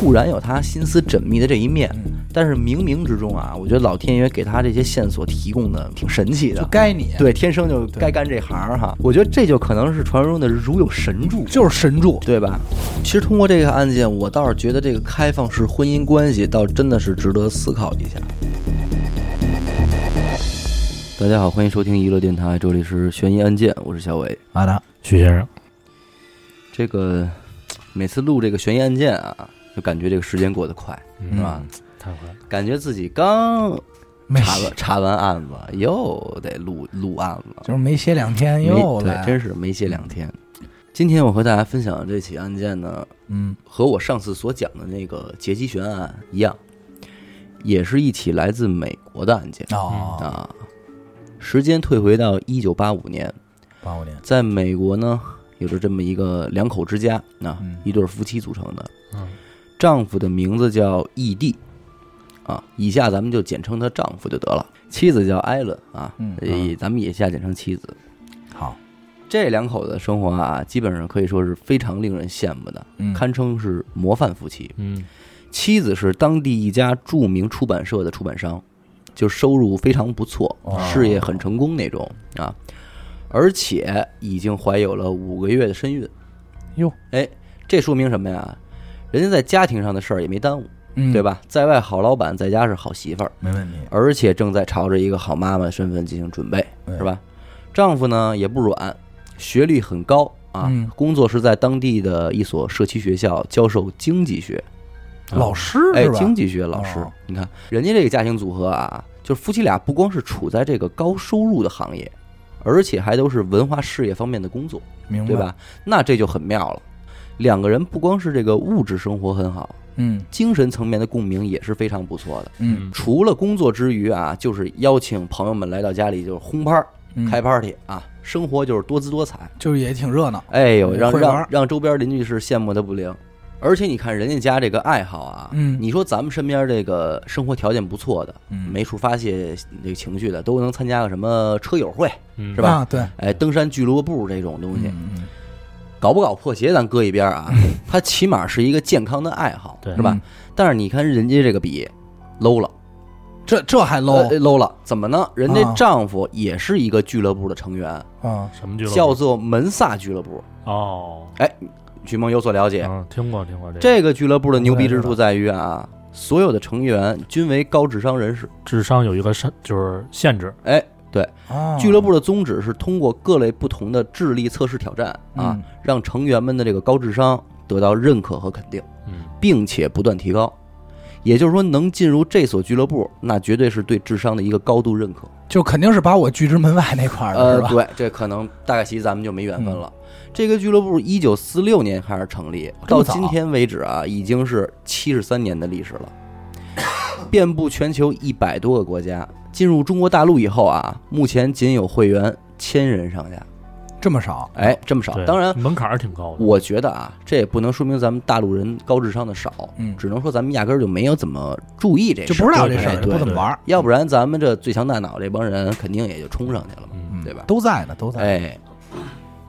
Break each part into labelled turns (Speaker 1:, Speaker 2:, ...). Speaker 1: 固然有他心思缜密的这一面，但是冥冥之中啊，我觉得老天爷给他这些线索提供的挺神奇
Speaker 2: 就
Speaker 1: 的。
Speaker 2: 该你，，
Speaker 1: 对，天生就该干这行儿哈。我觉得这就可能是传说中的如有神助，
Speaker 2: 就是神助，
Speaker 1: 对吧？其实通过这个案件，我倒是觉得这个开放式婚姻关系倒真的是值得思考一下。大家好，欢迎收听娱乐电台，这里是悬疑案件，我是小伟。
Speaker 2: 阿达，
Speaker 3: 许先生，
Speaker 1: 这个每次录这个悬疑案件啊，就感觉这个时间过得快，
Speaker 2: 嗯
Speaker 1: 是吧？
Speaker 3: 太快了，
Speaker 1: 感觉自己刚
Speaker 2: 没
Speaker 1: 查了查完案子，又得录录案了。
Speaker 2: 就是没歇两天
Speaker 1: 没
Speaker 2: 又
Speaker 1: 对
Speaker 2: 来，，
Speaker 1: 真是没歇两天。今天我和大家分享的这起案件呢，
Speaker 2: 嗯
Speaker 1: 和我上次所讲的那个劫机悬案一样，也是一起来自美国的案件
Speaker 2: 哦，
Speaker 1: 啊。时间退回到一九八五年，
Speaker 2: 八五年，
Speaker 1: 在美国呢，有着这么一个两口之家啊
Speaker 2: 嗯，
Speaker 1: 一对夫妻组成的，
Speaker 3: 嗯，
Speaker 1: 丈夫的名字叫异地，啊，以下咱们就简称她丈夫就得了。妻子叫艾伦啊
Speaker 2: 嗯，
Speaker 1: 以咱们以下简称妻子。
Speaker 2: 好，
Speaker 1: 这两口子的生活啊，基本上可以说是非常令人羡慕的，
Speaker 2: 嗯，
Speaker 1: 堪称是模范夫妻。
Speaker 3: 嗯
Speaker 1: 妻子是当地一家著名出版社的出版商，就收入非常不错
Speaker 2: 哦，
Speaker 1: 事业很成功那种啊，而且已经怀有了五个月的身孕。
Speaker 2: 哟，
Speaker 1: 哎，这说明什么呀？人家在家庭上的事儿也没耽误，
Speaker 2: 嗯
Speaker 1: 对？吧？在外好老板，在家是好媳妇儿，
Speaker 2: 没问题，
Speaker 1: 而且正在朝着一个好妈妈的身份进行准备，
Speaker 2: 对
Speaker 1: 是吧？丈夫呢也不软，学历很高啊，
Speaker 2: 嗯
Speaker 1: 工作是在当地的一所社区学校教授经济学，
Speaker 2: 老师
Speaker 1: 哎
Speaker 2: 是，吧？
Speaker 1: 经济学老师，
Speaker 2: 哦
Speaker 1: 你看人家这个家庭组合啊，就是夫妻俩不光是处在这个高收入的行业，而且还都是文化事业方面的工作，
Speaker 2: 明白
Speaker 1: 对？吧？那这就很妙了。两个人不光是这个物质生活很好，
Speaker 2: 嗯
Speaker 1: 精神层面的共鸣也是非常不错的。
Speaker 2: 嗯，
Speaker 1: 除了工作之余啊，就是邀请朋友们来到家里，就是轰趴儿、
Speaker 2: 嗯
Speaker 1: 开 party 啊，生活就是多姿多彩。
Speaker 2: 就是也挺热闹，
Speaker 1: 哎呦，让
Speaker 2: 嗯会玩
Speaker 1: 让让周边邻居是羡慕的不灵。而且你看人家家这个爱好啊，
Speaker 2: 嗯
Speaker 1: 你说咱们身边这个生活条件不错的，
Speaker 2: 嗯
Speaker 1: 没处发泄这个情绪的，都能参加个什么车友会，
Speaker 3: 嗯
Speaker 1: 是吧？
Speaker 2: 啊对，
Speaker 1: 哎，登山俱乐部这种东西，
Speaker 2: 嗯嗯
Speaker 1: 搞不搞破鞋咱搁一边啊，它起码是一个健康的爱好，
Speaker 3: 对
Speaker 2: 嗯
Speaker 1: 是吧？但是你看人家这个比 low 了
Speaker 2: 这这还 low
Speaker 1: 呃 low 了，怎么呢？人家
Speaker 2: 啊
Speaker 1: 丈夫也是一个俱乐部的成员，
Speaker 2: 啊？
Speaker 3: 什么俱乐部
Speaker 1: 叫做门萨俱乐部。
Speaker 3: 哦，
Speaker 1: 菊梦有所了解，
Speaker 3: 嗯，听过听过这个，
Speaker 1: 这个俱乐部的牛逼之处在于啊，所有的成员均为高智商人士。
Speaker 3: 智商有一个限，就是限制，
Speaker 1: 哎，对，
Speaker 2: 啊，
Speaker 1: 俱乐部的宗旨是通过各类不同的智力测试挑战啊
Speaker 2: 嗯，
Speaker 1: 让成员们的这个高智商得到认可和肯定，
Speaker 3: 嗯
Speaker 1: 并且不断提高。也就是说，能进入这所俱乐部，那绝对是对智商的一个高度认可。
Speaker 2: 就肯定是把我拒之门外那块儿的
Speaker 1: 呃
Speaker 2: 是，吧？嗯
Speaker 1: 对，这可能大概其咱们就没缘分了。这个俱乐部一九四六年开始成立，
Speaker 2: 这
Speaker 1: 到
Speaker 2: 么早
Speaker 1: 今天为止啊，已经是七十三年的历史了，遍布全球一百多个国家。进入中国大陆以后啊，目前仅有会员千人上下，
Speaker 2: 这么少，
Speaker 1: 哎，这么少。
Speaker 3: 对
Speaker 1: 当
Speaker 2: 嗯
Speaker 1: 然，
Speaker 3: 门槛儿挺高的，
Speaker 1: 我觉得啊，这也不能说明咱们大陆人高智商的少，
Speaker 2: 嗯，
Speaker 1: 只能说咱们压根儿就没有怎么注意这事
Speaker 2: 就
Speaker 1: 儿，
Speaker 2: 不知道这事
Speaker 1: 哎
Speaker 2: 儿，
Speaker 1: 对
Speaker 2: 不怎么玩儿，
Speaker 1: 要不然咱们这最强大脑这帮人肯定也就冲上去了嘛。
Speaker 3: 嗯
Speaker 2: 嗯，
Speaker 1: 对吧
Speaker 2: 都在呢，都在，
Speaker 1: 哎，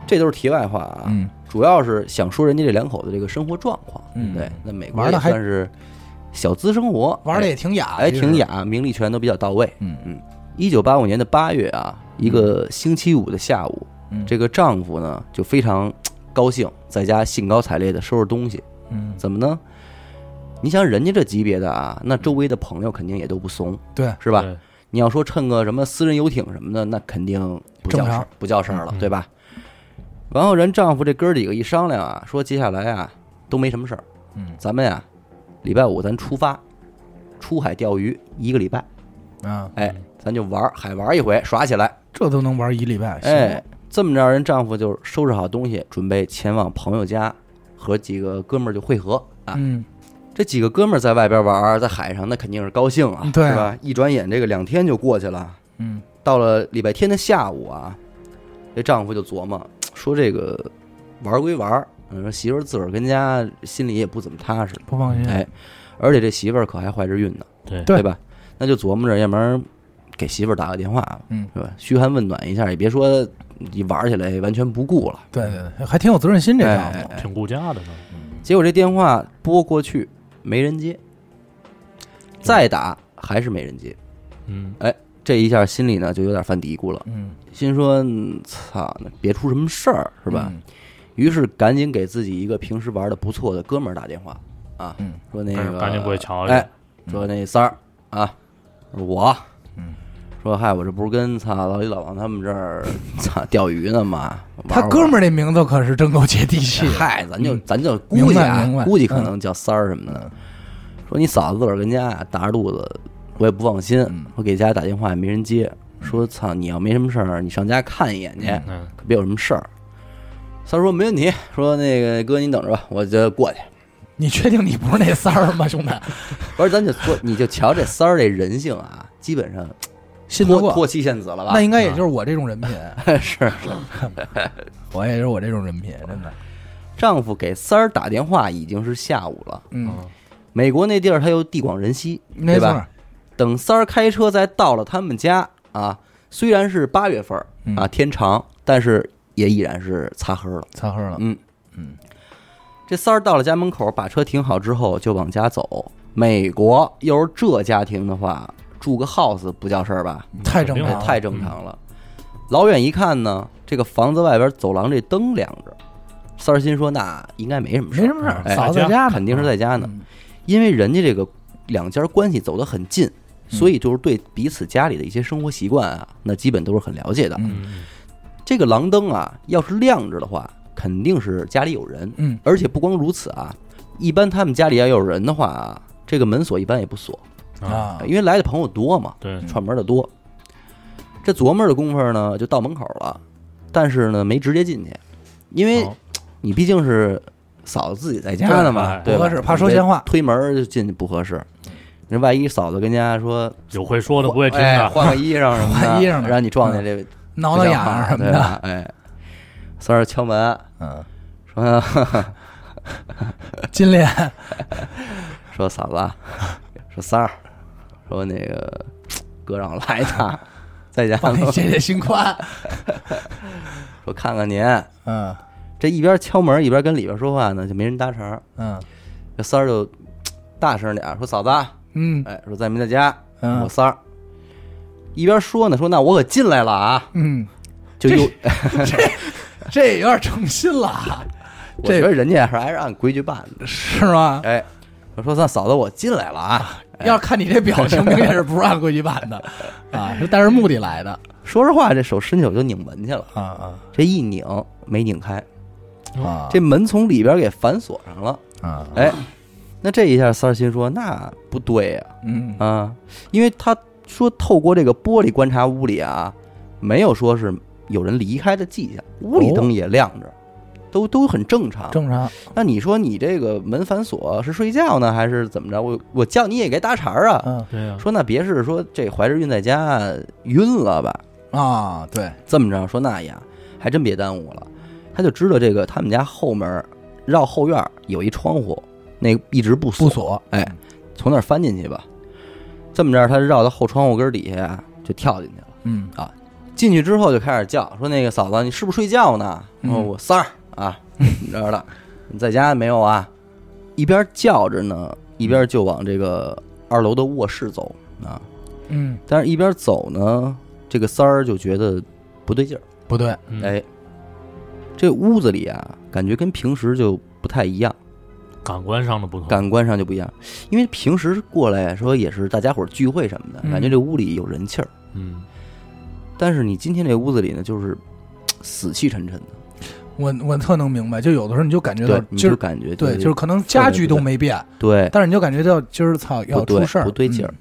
Speaker 1: 这都是题外话啊，
Speaker 2: 嗯，
Speaker 1: 主要是想说人家这两口子这个生活状况。
Speaker 2: 嗯
Speaker 1: 对，那美国也
Speaker 2: 玩得还
Speaker 1: 算是小资生活，
Speaker 2: 玩的也挺雅，
Speaker 1: 哎哎
Speaker 2: 其实
Speaker 1: 挺，雅，名利权都比较到位。
Speaker 2: 嗯嗯
Speaker 1: 一九八五年的八月啊，一个星期五的下午，
Speaker 2: 嗯，
Speaker 1: 这个丈夫呢就非常高兴，在家兴高采烈的收拾东西，
Speaker 2: 嗯
Speaker 1: 怎么呢？你想人家这级别的啊，那周围的朋友肯定也都不怂，
Speaker 2: 对，
Speaker 1: 是吧？
Speaker 3: 对？
Speaker 1: 你要说趁个什么私人游艇什么的，那肯定不叫
Speaker 2: 正
Speaker 1: 事
Speaker 2: 常
Speaker 1: 儿，不叫事儿了，
Speaker 3: 嗯
Speaker 1: 对吧？然后人丈夫这哥儿几个一商量啊，说接下来啊都没什么事儿，
Speaker 2: 嗯
Speaker 1: 咱们呀、礼拜五咱出发，出海钓鱼一个礼拜，
Speaker 2: 啊，
Speaker 1: 哎，咱就玩儿海玩儿一回，耍起来，
Speaker 2: 这都能玩一礼拜，行
Speaker 1: 哎，，这么着人丈夫就收拾好东西，准备前往朋友家和几个哥们儿就会合啊。
Speaker 2: 嗯，
Speaker 1: 这几个哥们儿在外边玩儿，在海上那肯定是高兴啊，
Speaker 2: 嗯对啊
Speaker 1: 是吧？一转眼这个两天就过去了。
Speaker 2: 嗯
Speaker 1: 到了礼拜天的下午啊，这丈夫就琢磨说：“这个玩儿归玩儿，嗯，说媳妇儿自个儿跟家心里也不怎么踏实，
Speaker 2: 不放心，
Speaker 1: 哎，而且这媳妇儿可还怀着孕呢，
Speaker 3: 对
Speaker 2: 对
Speaker 1: 吧？那就琢磨着，要不然给媳妇儿打个电话吧，
Speaker 2: 嗯，
Speaker 1: 是吧？嘘寒问暖一下，也别说一玩儿起来完全不顾了。
Speaker 2: 对对对，还挺有责任心这
Speaker 1: 哎
Speaker 2: 丈
Speaker 1: 哎
Speaker 2: 夫，
Speaker 1: 哎
Speaker 3: 挺顾家的呢，
Speaker 1: 结果这电话拨过去，没人接，再打还是没人接，
Speaker 3: 嗯，
Speaker 1: 这一下心里呢就有点犯嘀咕了，
Speaker 2: 嗯，
Speaker 1: 心说嗯操，那别出什么事儿是吧？
Speaker 2: 嗯？
Speaker 1: 于是赶紧给自己一个平时玩的不错的哥们儿打电话啊，
Speaker 2: 嗯
Speaker 1: 说那
Speaker 3: 赶紧
Speaker 1: 个
Speaker 3: 赶紧过去瞧瞧
Speaker 1: 哎，说那三儿啊，我，
Speaker 2: 嗯，
Speaker 1: 说嗨，我这不是跟操老李老王他们这儿操钓鱼呢吗？
Speaker 2: 他哥们儿这名字可是真够接地气
Speaker 1: 儿，
Speaker 2: 的。嗯
Speaker 1: 嗨，咱就咱就估
Speaker 2: 明
Speaker 1: 计
Speaker 2: 白
Speaker 1: 啊
Speaker 2: 明白，
Speaker 1: 估计可能叫三儿什么的
Speaker 2: 嗯。
Speaker 1: 说你嫂子自个儿跟家啊大着肚子，我也不放心
Speaker 2: 嗯，
Speaker 1: 我给家打电话也没人接，说操，你要没什么事儿，你上家看一眼去，
Speaker 3: 嗯，
Speaker 1: 可别有什么事儿。三儿说没问题，说那个哥您等着吧，我就过去。
Speaker 2: 你确定你不是那三儿吗，兄弟？
Speaker 1: 不是，咱就说，你就瞧这三儿这人性啊，基本上
Speaker 2: 信得
Speaker 1: 脱
Speaker 2: 过，
Speaker 1: 脱妻献子了吧？
Speaker 2: 那应该也就是我这种人品，
Speaker 1: 是
Speaker 2: 我也是我这种人品，真的。
Speaker 1: 丈夫给三儿打电话已经是下午了。
Speaker 2: 嗯，
Speaker 1: 美国那地儿他又地广人稀，
Speaker 2: 没
Speaker 1: 对
Speaker 2: 错
Speaker 1: 吧？
Speaker 2: 儿，
Speaker 1: 等三儿开车再到了他们家啊，虽然是八月份儿
Speaker 2: 嗯
Speaker 1: 啊，天长，但是也已然是擦黑了。
Speaker 2: 擦黑了。
Speaker 1: 嗯
Speaker 2: 嗯，
Speaker 1: 这三儿到了家门口，把车停好之后就往家走。美国要是这家庭的话，住个 house 不叫事儿吧？
Speaker 2: 太正
Speaker 3: 肯
Speaker 2: 常
Speaker 3: 定
Speaker 1: 哎
Speaker 2: 了，
Speaker 1: 太正常了。老远一看呢，这个房子外边走廊这灯亮着，三儿心说那应该没什么事儿，
Speaker 2: 没什么事儿，
Speaker 3: 哎
Speaker 2: 嫂子在家呢，
Speaker 1: 肯定是在家呢，
Speaker 2: 嗯
Speaker 1: 因为人家这个两家关系走得很近。
Speaker 2: 嗯
Speaker 1: 所以就是对彼此家里的一些生活习惯啊，那基本都是很了解的。
Speaker 2: 嗯
Speaker 3: 嗯
Speaker 1: 这个廊灯啊，要是亮着的话，肯定是家里有人。
Speaker 2: 嗯，
Speaker 1: 而且不光如此啊，一般他们家里要有人的话啊，这个门锁一般也不锁，
Speaker 3: 嗯啊，
Speaker 2: 啊，嗯
Speaker 1: 因为来的朋友多嘛，
Speaker 3: 对，
Speaker 1: 串门的多。这琢磨的功夫呢，就到门口了，但是呢，没直接进去，因为
Speaker 2: 哦
Speaker 3: 好
Speaker 1: 你毕竟是嫂子自己在家呢嘛，
Speaker 3: 对
Speaker 1: 对吧
Speaker 2: 不合适怕说闲话
Speaker 1: 推门就进去不合适。那万一嫂子跟家说
Speaker 3: 有会说的不会听
Speaker 1: 哎
Speaker 3: 的，
Speaker 1: 换个衣裳什么的，
Speaker 2: 啊 换衣裳的
Speaker 1: 让你撞见这
Speaker 2: 挠挠痒痒什么
Speaker 1: 对
Speaker 2: 的，
Speaker 1: 吧哎，三儿敲门
Speaker 2: 嗯，
Speaker 1: 说
Speaker 2: 金莲，
Speaker 1: 说嫂子，说三儿，说那个哥让我来一 趟，在家
Speaker 2: 帮 你
Speaker 1: 呢
Speaker 2: 解解心宽，
Speaker 1: 说看看您。
Speaker 2: 嗯
Speaker 1: 这一边敲门一边跟里边说话呢，就没人搭茬。
Speaker 2: 嗯
Speaker 1: 这三儿就大声点儿说：“嫂子，
Speaker 2: 嗯
Speaker 1: 哎，说在没在家？
Speaker 2: 嗯
Speaker 1: 我三儿。”一边说呢，说那我可进来了啊，
Speaker 2: 嗯，
Speaker 1: 就又，
Speaker 2: 这也有点诚心了啊，
Speaker 1: 我
Speaker 2: 这啊
Speaker 1: 觉得人家还是按规矩办的。
Speaker 2: 是吗？
Speaker 1: 哎，我说那嫂子，我进来了啊。
Speaker 2: 要是看你这表情，明显是不是按规矩办 的啊，是带着目的来的
Speaker 1: 说实话，这手伸手就拧门去了，
Speaker 2: 啊啊
Speaker 1: 这一拧没拧开，哦
Speaker 2: 啊
Speaker 1: 这门从里边给反锁上了。
Speaker 2: 啊
Speaker 1: 哎，那这一下三儿心说那不对呀、
Speaker 2: 嗯
Speaker 1: 啊，因为他说透过这个玻璃观察屋里啊，没有说是有人离开的迹象，屋里灯也亮着，都都很正常。
Speaker 2: 正常，
Speaker 1: 那你说你这个门反锁是睡觉呢，还是怎么着？我我叫你也该搭茬儿啊。
Speaker 2: 嗯
Speaker 3: 对呀，
Speaker 1: 说那别是说这怀着孕在家晕了吧？
Speaker 2: 啊对，
Speaker 1: 这么着说那呀，还真别耽误了。他就知道这个他们家后门儿绕后院儿有一窗户，那个一直不
Speaker 2: 不锁，
Speaker 1: 哎，从那儿翻进去吧。这么着，他绕到后窗户根儿底下啊就跳进去了。
Speaker 2: 嗯
Speaker 1: 进去之后就开始叫说：“那个嫂子，你是不是睡觉呢？”
Speaker 2: 嗯
Speaker 1: 哦，我三儿啊，你知道的，你在家没有啊？一边叫着呢，一边就往这个二楼的卧室走啊。
Speaker 2: 嗯
Speaker 1: 但是，一边走呢，这个三儿就觉得不对劲儿。
Speaker 2: 不对，
Speaker 3: 嗯
Speaker 1: 哎，这屋子里啊，感觉跟平时就不太一样。
Speaker 3: 感官上的不同，
Speaker 1: 感官上就不一样，因为平时过来说也是大家伙儿聚会什么的，
Speaker 2: 嗯
Speaker 1: 感觉这屋里有人气儿。
Speaker 3: 嗯，
Speaker 1: 但是你今天这屋子里呢，就是嘖死气沉沉的，
Speaker 2: 我我特能明白，就有的时候你就感觉到
Speaker 1: 对，你
Speaker 2: 今
Speaker 1: 就
Speaker 2: 儿
Speaker 1: 感觉
Speaker 2: 对，就是
Speaker 1: 是
Speaker 2: 可能家具都没变，
Speaker 1: 对，
Speaker 2: 但是你就感觉到今儿操要
Speaker 1: 不对
Speaker 2: 出事儿，嗯
Speaker 1: 不对劲儿，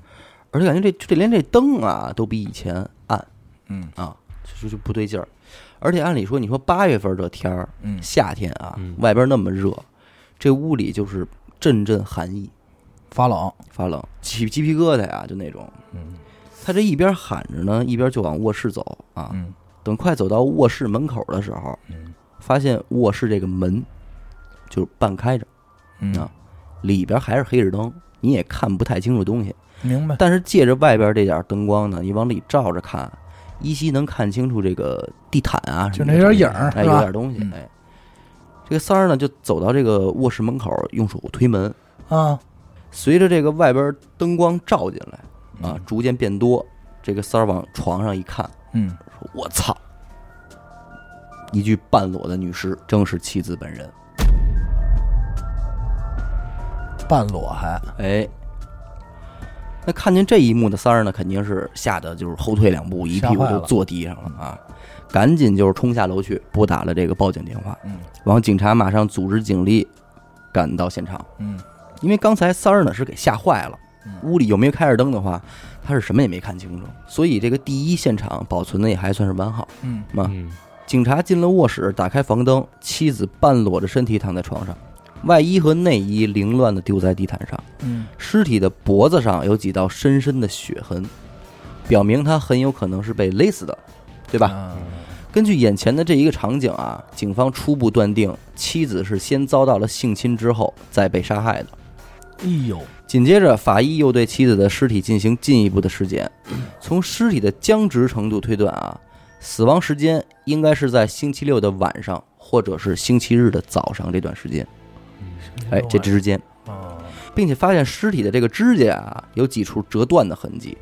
Speaker 1: 而且感觉这这连这灯啊都比以前暗
Speaker 2: 嗯，
Speaker 1: 啊，就就不对劲儿。而且按理说，你说八月份这天儿，
Speaker 2: 嗯嗯，
Speaker 1: 夏天啊，
Speaker 3: 嗯
Speaker 1: 外边那么热，这屋里就是阵阵寒意，嗯
Speaker 2: 发冷，
Speaker 1: 发冷，起鸡皮疙瘩啊，就那种。
Speaker 2: 嗯
Speaker 1: 他这一边喊着呢，一边就往卧室走啊。
Speaker 2: 嗯
Speaker 1: 等快走到卧室门口的时候，
Speaker 2: 嗯
Speaker 1: 发现卧室这个门就是半开着，
Speaker 2: 嗯
Speaker 1: 啊，里边还是黑着灯，你也看不太清楚东西。
Speaker 2: 明白，
Speaker 1: 但是借着外边这点灯光呢，你往里照着看，依稀能看清楚这个地毯啊什
Speaker 2: 就
Speaker 1: 么的，
Speaker 2: 那点影儿
Speaker 1: 哎，
Speaker 2: 是吧
Speaker 1: 有点东西
Speaker 2: 嗯。
Speaker 1: 哎，这个三儿呢就走到这个卧室门口，用手推门，
Speaker 2: 啊
Speaker 1: 随着这个外边灯光照进来啊
Speaker 2: 嗯，
Speaker 1: 逐渐变多。这个三儿往床上一看，
Speaker 2: 嗯，
Speaker 1: 说：“我操！”一具半裸的女尸，正是妻子本人。
Speaker 2: 半裸还，
Speaker 1: 哎，那看见这一幕的三儿呢，肯定是吓得就是后退两步，一屁股
Speaker 2: 吓坏
Speaker 1: 就
Speaker 2: 了
Speaker 1: 坐地上了啊！赶紧就是冲下楼去拨打了这个报警电话，
Speaker 2: 嗯
Speaker 1: 然后警察马上组织警力赶到现场。
Speaker 2: 嗯
Speaker 1: 因为刚才三儿呢是给吓坏了，屋里有没有开着灯的话，他是什么也没看清楚，所以这个第一现场保存的也还算是完好。
Speaker 2: 嗯
Speaker 1: 啊
Speaker 3: 嗯，
Speaker 1: 警察进了卧室，打开房灯，妻子半裸着身体躺在床上，外衣和内衣凌乱的丢在地毯上，
Speaker 2: 嗯
Speaker 1: 尸体的脖子上有几道深深的血痕，表明他很有可能是被勒死的，对吧？
Speaker 2: 吧？
Speaker 1: 根据眼前的这一个场景啊，警方初步断定妻子是先遭到了性侵之后再被杀害的。
Speaker 2: 哎呦，
Speaker 1: 紧接着，法医又对妻子的尸体进行进一步的尸检，从尸体的僵直程度推断啊，死亡时间应该是在星期六的晚上或者是星期日的早上这段时间，
Speaker 3: 嗯
Speaker 1: 哎，这之间，嗯
Speaker 2: 啊，
Speaker 1: 并且发现尸体的这个指甲啊有几处折断的痕迹，